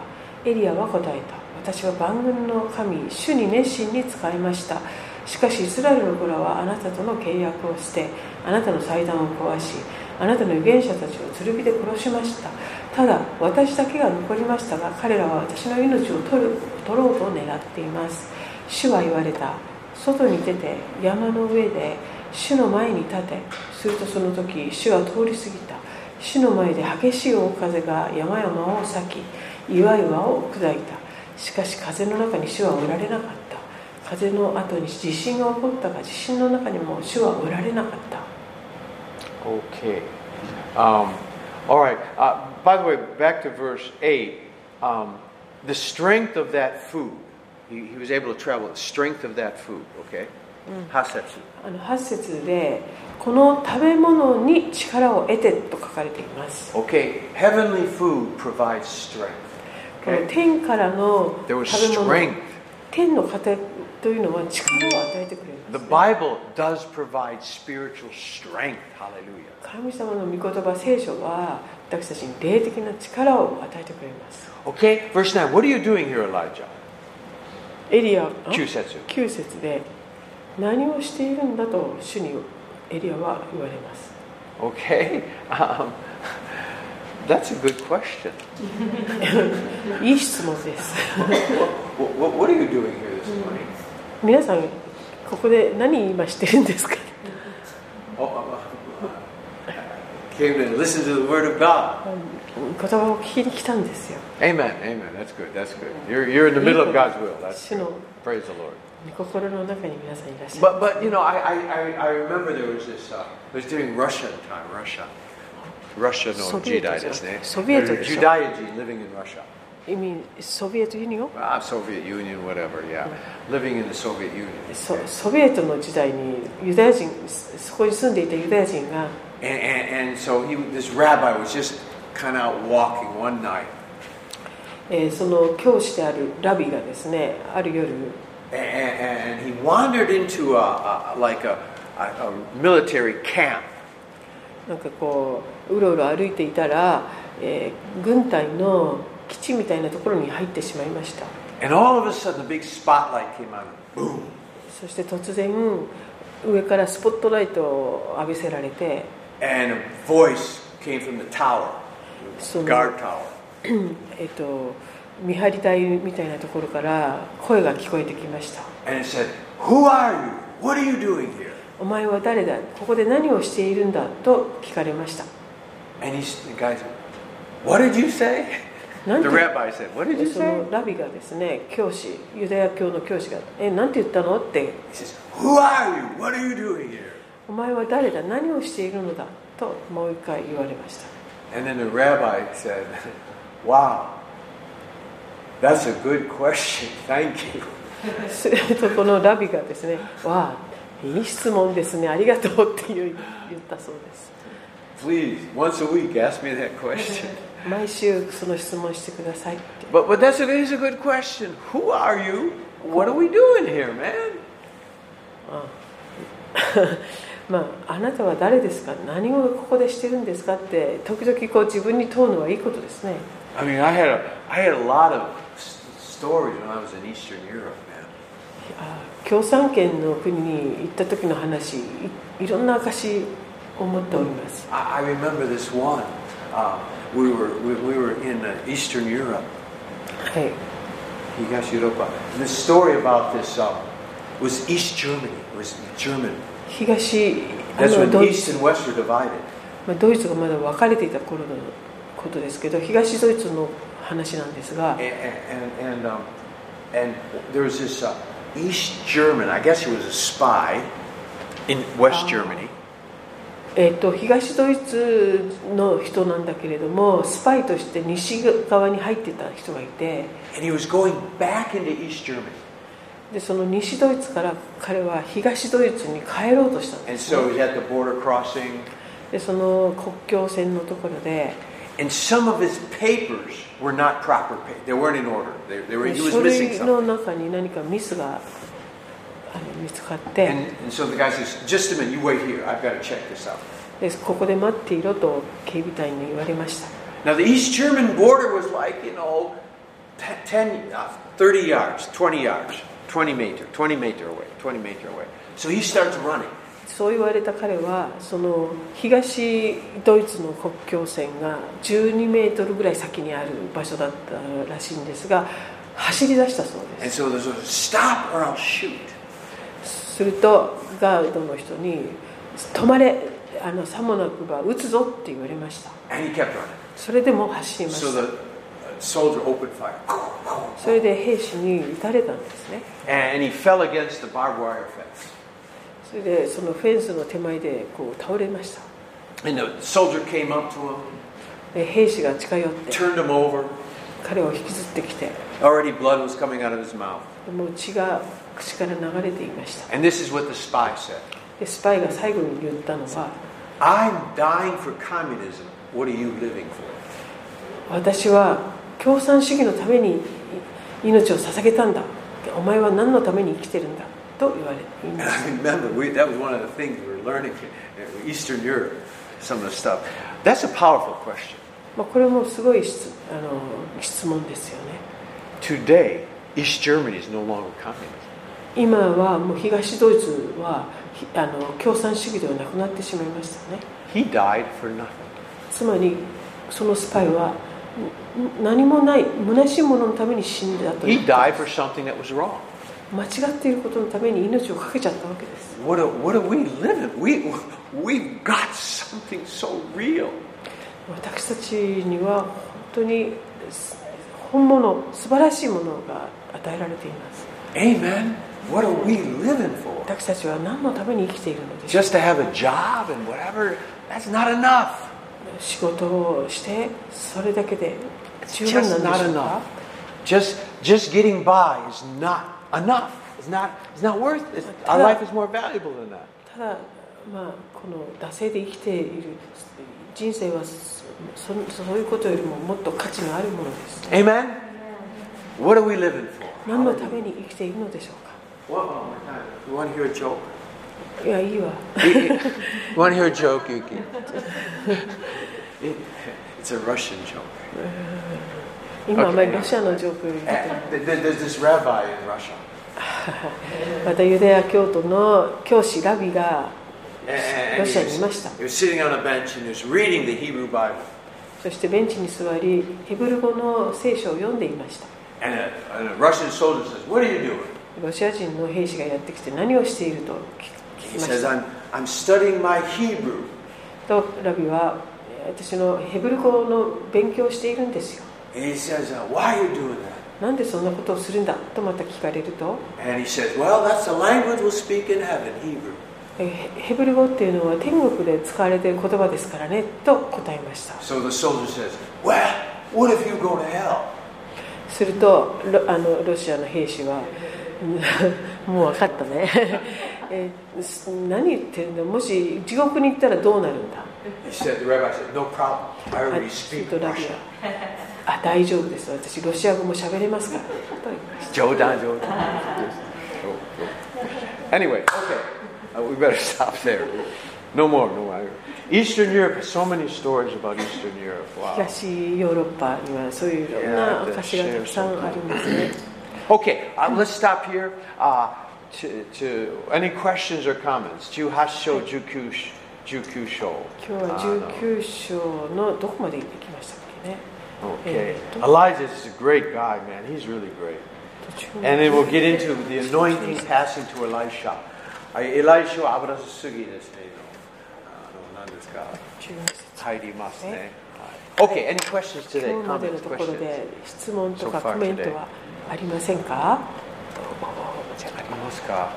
エリアは答えた私は万軍の神主に熱心に使いましたしかしイスラエルの子らはあなたとの契約をしてあなたの祭壇を壊しあなたの預言者たちを剣で殺しましたただ私だけが残りましたが彼らは私の命を取る取ろうと狙っています主は言われた外に出て山の上で主の前に立てするとその時主は通り過ぎた主の前で激しい大風が山々を裂き岩々を砕いたしかし風の中に主はおられなかった風の後に地震が起こったが地震の中にも主はおられなかった Okay. Um, all right. Uh, by the way, back to verse 8. Um, the strength of that food, he, he was able to travel, the strength of that food, okay? Hasetsu. あの8節でこの食べ物に力を得てと書かれています Okay, heavenly food provides strength. この Okay? 天からの There was 食べ物 strength. 天の糧というのは力を与えてくれ The ます Bible does provide spiritual strength. Hallelujah. 神様の御言葉聖書は私たちに霊的な力を与えてくれます Okay, verse 9. What are you doing here, Elijah? エリア Chusetsu. 9節で何をしているんだと主にエリアは言われます Okay? Um, that's a good question. いい質問です What, what, what are you doing here this morning? 皆さんここで何今してるんですか Oh, uh, uh, came to listen to the word of God. 言葉を聞きに来たんですよ Amen. Amen. That's good. That's good. You're, you're in the middle of God's will. That's 主 good. の Praise the Lord. 御心の中に皆さんいらっしゃる But but you know, I I, I, I remember there was this. Uh, it was during Russian time. Russia. Russia no Soviet Jedi じゃん。ですね。 Soviet でしょ。 Judaism living in Russia. 意味ソビエトユニオン Ah, Soviet Union, whatever. Yeah, living in the Soviet Union. ソソビエトの時代にユダヤ人そそこに住んでいたユダヤ人が And, and, and so he, this rabbi was just kind of out walking one night, えーその教師であるラビがですねある夜 and, and and he wandered into a, a like a, a, a military camp. なんかこううろうろ歩いていたら、えー軍隊の基地みたいなところに入ってしまいました And all of a sudden, a big spotlight came on him. Boom. そして突然上からスポットライトを浴びせられて And a voice came from the tower, the So- guard tower. えっと見張り隊みたいなところから声が聞こえてきました And it said, Who are you? What are you doing here? お前は誰だここで何をしているんだと聞かれました And he's, the guy said, What did you say? なん The て rabbi said, What did you そ say? のラビがですね教師ユダヤ教の教師が「えなんて言ったの?」って He says, Who are you? What are you doing here? 「お前は誰だ何をしているのだ」ともう一回言われました And then the rabbi said, Wow, that's a good question. Thank you. す るとこのラビがですね「わあいい質問ですねありがとう」っていう言ったそうです Please, once a week, ask me that question. 毎週その質問してくださいって But, but that's it is a good question. Who are you? What are we doing here, man? まあ、あなたは誰ですか何をここでしてるんですかって時々こう自分に問うのはいいことですね I mean, I had a, I had a lot of s- stories when I was in Eastern Europe, man. あ共産圏の国に行った時の話いいろんな証を持っております I, I remember this one. Uh, we, were, we, we were in uh, Eastern Europe, はい Higashioka. The story about this um, was East Germany. It was German. 東あ That's の when ドイ East ツ and West were divided. まあ、ドイツがまだ分かれていた頃のことですけど東ドイツの話なんですが And, and, and, um, and there was this uh, East German, I guess he was a spy in West Ah. Germany. えっと東ドイツの人なんだけれどもスパイとして西側に入ってた人がいて And he was going back into East Germany. でその西ドイツから彼は東ドイツに帰ろうとしたん And ですね、 so he had the border crossing. でその国境線のところで And And some of his papers were not proper. Pa- they weren't in order. They, they were, he was 書 missing 類 something. の中に何かミスがあの見つかって And, and so the guy says, just a minute, you wait here. I've got to check this out. でここで待っていろと警備隊に言われました Now, the East German border was like, you know, te- 10, uh, 30 yards, 20 yards, 20 meter, 20 meter away, 20 meter away. So he starts running. そう言われた彼はその東ドイツの国境線が12メートルぐらい先にある場所だったらしいんですが走り出したそうで And す so there's a stop or I'll shoot. するとガードの人に「止まれあのさもなくば撃つぞ」って言われました And he kept running. それでも走りま So した the uh, soldier opened fire. それで兵士に撃たれたんですね And he fell against the barbed wire fence. それでそのフェンスの手前でこう倒れました And the soldier came up to him, で兵士が近寄って turned him over. 彼を引きずってきて Already blood was coming out of his mouth. もう血が口から流れていました And this is what the spy said でスパイが最後に言ったのは I'm dying for communism. What are you living for? 私は共産主義のためにい命を捧げたんだお前は何のために生きてるんだと言われ言い And まし I remember we, that was one of the things we were learning in Eastern Europe, some of the stuff. That's a powerful question. た、まあ、これもすごい質あの質問ですよね Today, East Germany is no longer communist. 今はもう東ドイツはひあの共産主義ではなくなってしまいましたね He died for nothing. つまりそのスパイはんん何もない虚しいもののために死んだと He 言って died for something that was wrong. 間違っていることのために命を懸けちゃったわけです What are, what are we living? We, we've got something so real. 私たちには本当にす本物素晴らしいものが与えられています Amen. What are we living for? 私たちは何のために生きているのでしょう Just to have a job and whatever, that's not enough. 仕事をしてそれだけで十 It's 分 just なん not でしょう enough. か Just just getting by is not enough. It's not it's not worth it. Our life is more valuable than that. ただまあこの惰性で生きている人生はそそそういうことよりももっと価値のあるものです Amen? What are we living for? 何のために生きているのでしょう One more time. You want to hear a joke? かいやいいわ you want to hear a joke, Yuki? it's a Russian joke. 今あまりロシアの状況より Eh, there- There's this rabbi in Russia, またユダヤ教徒の教師ラビが Eh, eh, and ロ he シアにい was, ました he was sitting on a bench and he was reading the Hebrew Bible. そしてベンチに座りヘブル語の聖書を読んでいました And a, and a Russian soldier says, "What are you doing?" ロシア人の兵士がやってきて何をしていると聞き He 聞きまし says, た I'm, I'm studying my Hebrew. とラビは私のヘブル語の勉強をしているんですよ And he says, uh, Why are you doing that? なんでそんなことをするんだとまた聞かれると And he says, Well, that's the language we'll speak in heaven, Hebrew. えヘヘブル語っていうのは天国で使われている言葉ですからねと答えました So the soldier says, Well, what if you go to hell? するとロあのロシアの兵士は うんもう分かったね えす何言ってるんだもし地獄に行ったらどうなるんだ He said, The rabbi said, No problem. I あ already する speak とラビ Russian. はあ大丈夫です私ロシア語も喋れますからと言いました Joe Don Joe. Anyway, okay. Uh, we better stop there. No more, no more. Eastern Europe, so many stories about Eastern Europe. Wow. 東ヨーロッパにはそういういろんな証がたくさんありますね Okay, uh, let's stop here. Uh, to, to any questions or comments? 18章、19 19章。今 Uh, 日は19章のどこまで行きましたっけね Uh, okay. Elijah is a great guy, man. He's really great. 途中 And then we'll get into the anointing passing to Elisha. あElisha は油注ぎですね。Uh, あの何ですか12節入りますね。はい eh? Uh, Okay, any questions 今 today? 日まで Comments, のところ questions? で質問とか So far コメントはありませんかじゃあありますか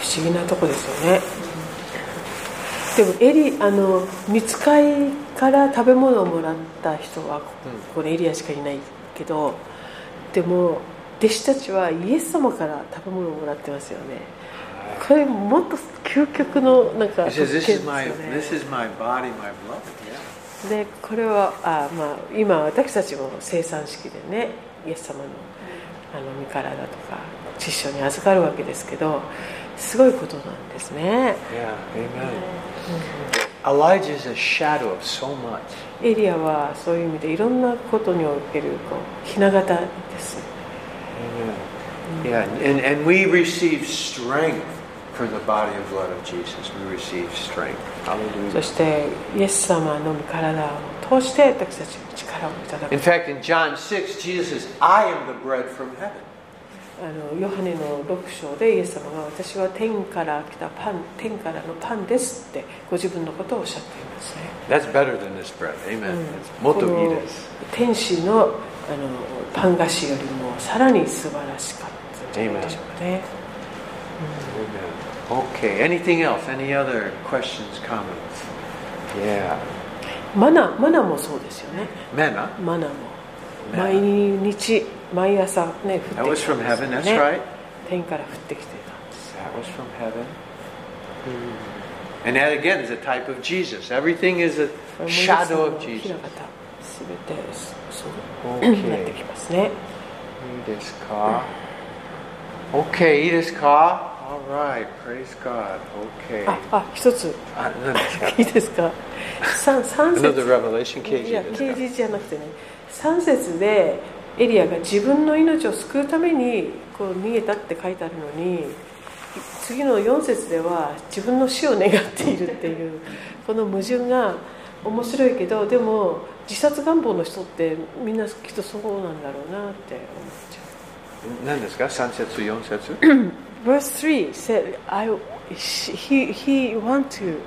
不思議なとこですよねでもエリあの見つかいから食べ物をもらった人はここのエリアしかいないけどでも弟子たちはイエス様から食べ物をもらってますよねこれもっと究極のなんか He 特 says, 権で this すよ is, my, this ね is my body, my blood. Yeah. でこれはあ、まあ、今私たちも生産式でねイエス様のあの身からだとか実証に預かるわけですけどすごいことなんですね Yeah, amen. Elijah is a shadow of so much. エリアはそういう意味でいろんなことにおけるこうひな形です Amen. Yeah, and, and we receive strength from the body and blood of Jesus. We receive strength. そ Hallelujah. してイエス様の身体を通して私たちに力をいただく In fact, in John 6, Jesus says, I am the bread from heaven. あのヨハネの6章でイエス様が私は天から来たパン天からのパンですってご自分のことをおっしゃっていますね That's better than this bread. Amen. It's こ moto の ides. 天使のあのパン菓子よりもさらに素晴らしかったんじゃないでしょうかね Amen. Okay, anything else? Any other questions, comments? Yeah. マナマナもそうですよね Manna. マナもね毎日毎朝ね That 降って was きて from ますよ heaven, that's ね right. 天から降ってきてたんです That was from heaven. Hmm. And that again is a type of Jesus. Everything is a これもイエス様 shadow の of ひ Jesus. な形すべてそうなって Okay. きますねいいですか ?OK、いいですか ?Alright, praise God. OK。ああ一つあ、何ですかいいですか三三節 ?Another revelation いや KG ですか KG じゃなくてね3節でエリアが自分の命を救うためにこう逃げたって書いてあるのに次の4節では自分の死を願っているっていうこの矛盾が面白いけどでも自殺願望の人ってみんなきっとそうなんだろうなって思っちゃう。何ですか ?3 節、4節 Mm. Verse 3 said, I, he, he want to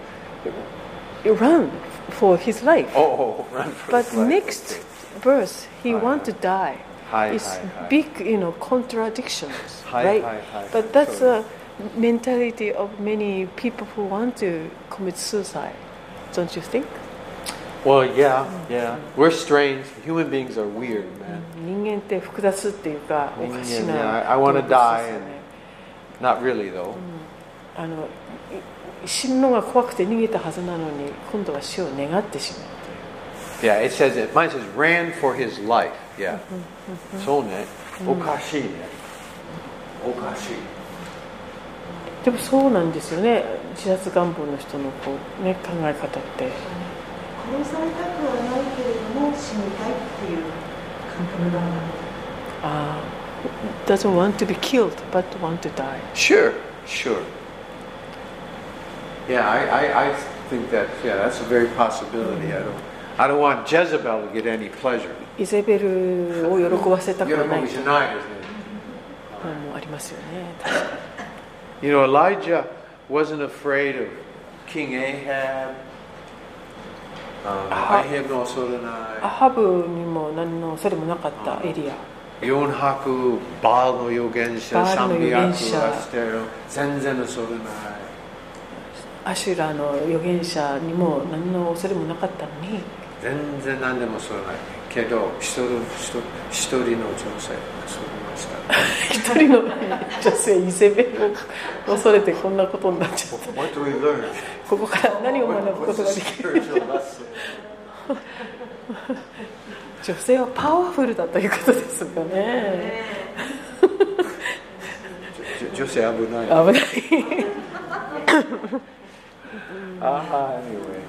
run for his life. おお、run Oh, for But his life. next verse, he Hi, want hi. to die. Hi, It's hi, hi. big, you know, contradictions, Hi, right? hi, hi. But that's Sorry. a mentality of many people who want to commit suicide, don't you think? Well, yeah, yeah. We're strange. Human beings are weird, man. 人間って複雑っていうかおかし人間ねな I- I wanna 動物ですよ die ね Not really, though. あのい死ぬのが怖くて逃げたはずなのに今度は死を願ってしまう Yeah, it says it. Mine says ran for his life. Yeah. So ne. Okashi ne. Okashi. でもそうなんですよね自殺願望の人のこう、ね、考え方って殺されたくはないけれども死にたいっていう感覚がある uh, doesn't want to be killed but want to die. Sure, sure. Yeah, I, I, I think that yeah, that's a very possibility. I don't I don't want Jezebel to get any pleasure. イゼベルを喜ばせたく You は know, ない he's と united, isn't he? いうのもありますよね。 You know, Elijah wasn't afraid of King Ahab. Um, Ah. Ahab no ア soranai. ハブにも何のそれもなかったエリア。 400 Baal no yogensha, バール300の預言者。 astero, zenzen no soranai. アシュラの預言者にも何の恐れもなかったのに、全然何でもそれないけど一人一人の女性がそれました一人の女性イゼベルを恐れてこんなことになっちゃった。 What do we learn? ここから何を学ぶことができる spiritual lesson? 女性はパワフルだということですよね。じょ女性危ない危ない。ああ anyway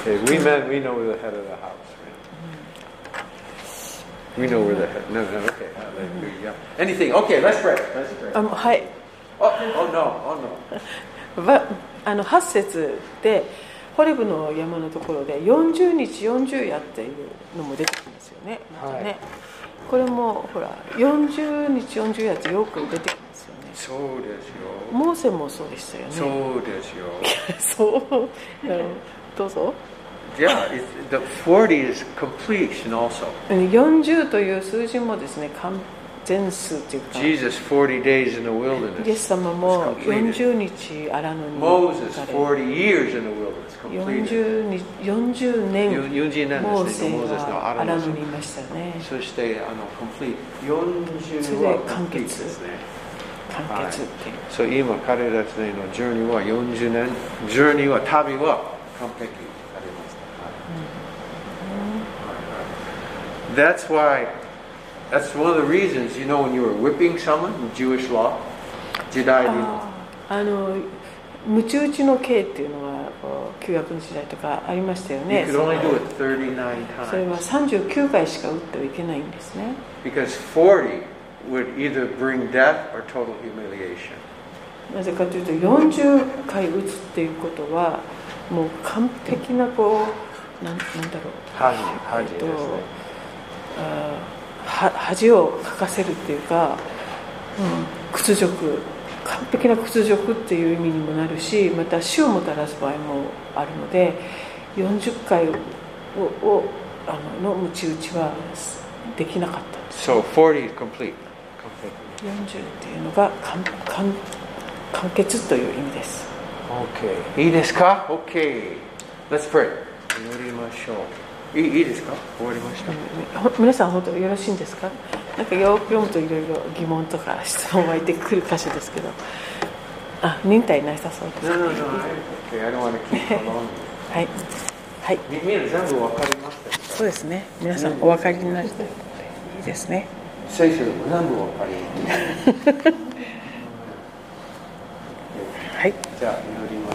Okay, we men, we know we're the head of the house, right? We know we're the head. No, no, okay. Hallelujah. Anything? Okay, let's pray. Let's pray. あもうはい。 Oh, oh no, oh no. わあの8節でホレブの山のところで40日40夜っていうのも出てきますよねまたね、はいこれもほら40日40夜ってよく出てきますよねそうですよ。モーセもそうでしたよねそうですよ。 そうなるほどどうぞ Yeah, it's, the 40 is completion also. 40という数字もですね完全数っていうかイ Jesus 40 days in the エ wilderness. ス様も40日荒野に Moses 行かれ40 years in the wilderness completed. 40日40年40年モーですセね。モーゼスのはア荒ラ野ノにいましたよねそしてあの complete 40それはで完 complete 結ですね。完結っていう、そう今彼たちのジョーニーは40年、ジョーニーは旅は完璧されました。はいはい That's why, that's one of the reasons, you know, when you were whipping someone in Jewish law, 時代に Ah, も。あの鞭打ちの刑っていうのがこう旧約の時代とかありましたよ You ね could only do it 39それ times は39回しか打ってはいけないんですね because 40 would either bring death or total humiliation. なぜかというと40回打つっていうことはもう完璧なこうなんなんだろう恥恥ですねえっとあは恥をかかせるっていうか、うん、屈辱完璧な屈辱っていう意味にもなるしまた死をもたらす場合もあるので40回ををあのの鞭打ちはできなかったんです So 40 is complete. complete. 40っていうのが完完完結という意味です Okay. いいですか ?Okay. Let's pray. 祈りましょう。いいいいですか終わりました。ほ皆さん本当よろしいんですかなんかよく読むといろいろ疑問とか質問湧いてくる箇所ですけどあ忍耐なさそうです No, no, no. I, okay, I don't want to keep it long. はいはい みみんな全部わかりましたかそうですね皆さんお分かりになりたいいいですね聖書でも全部わかりました。はいじゃあ、祈ります。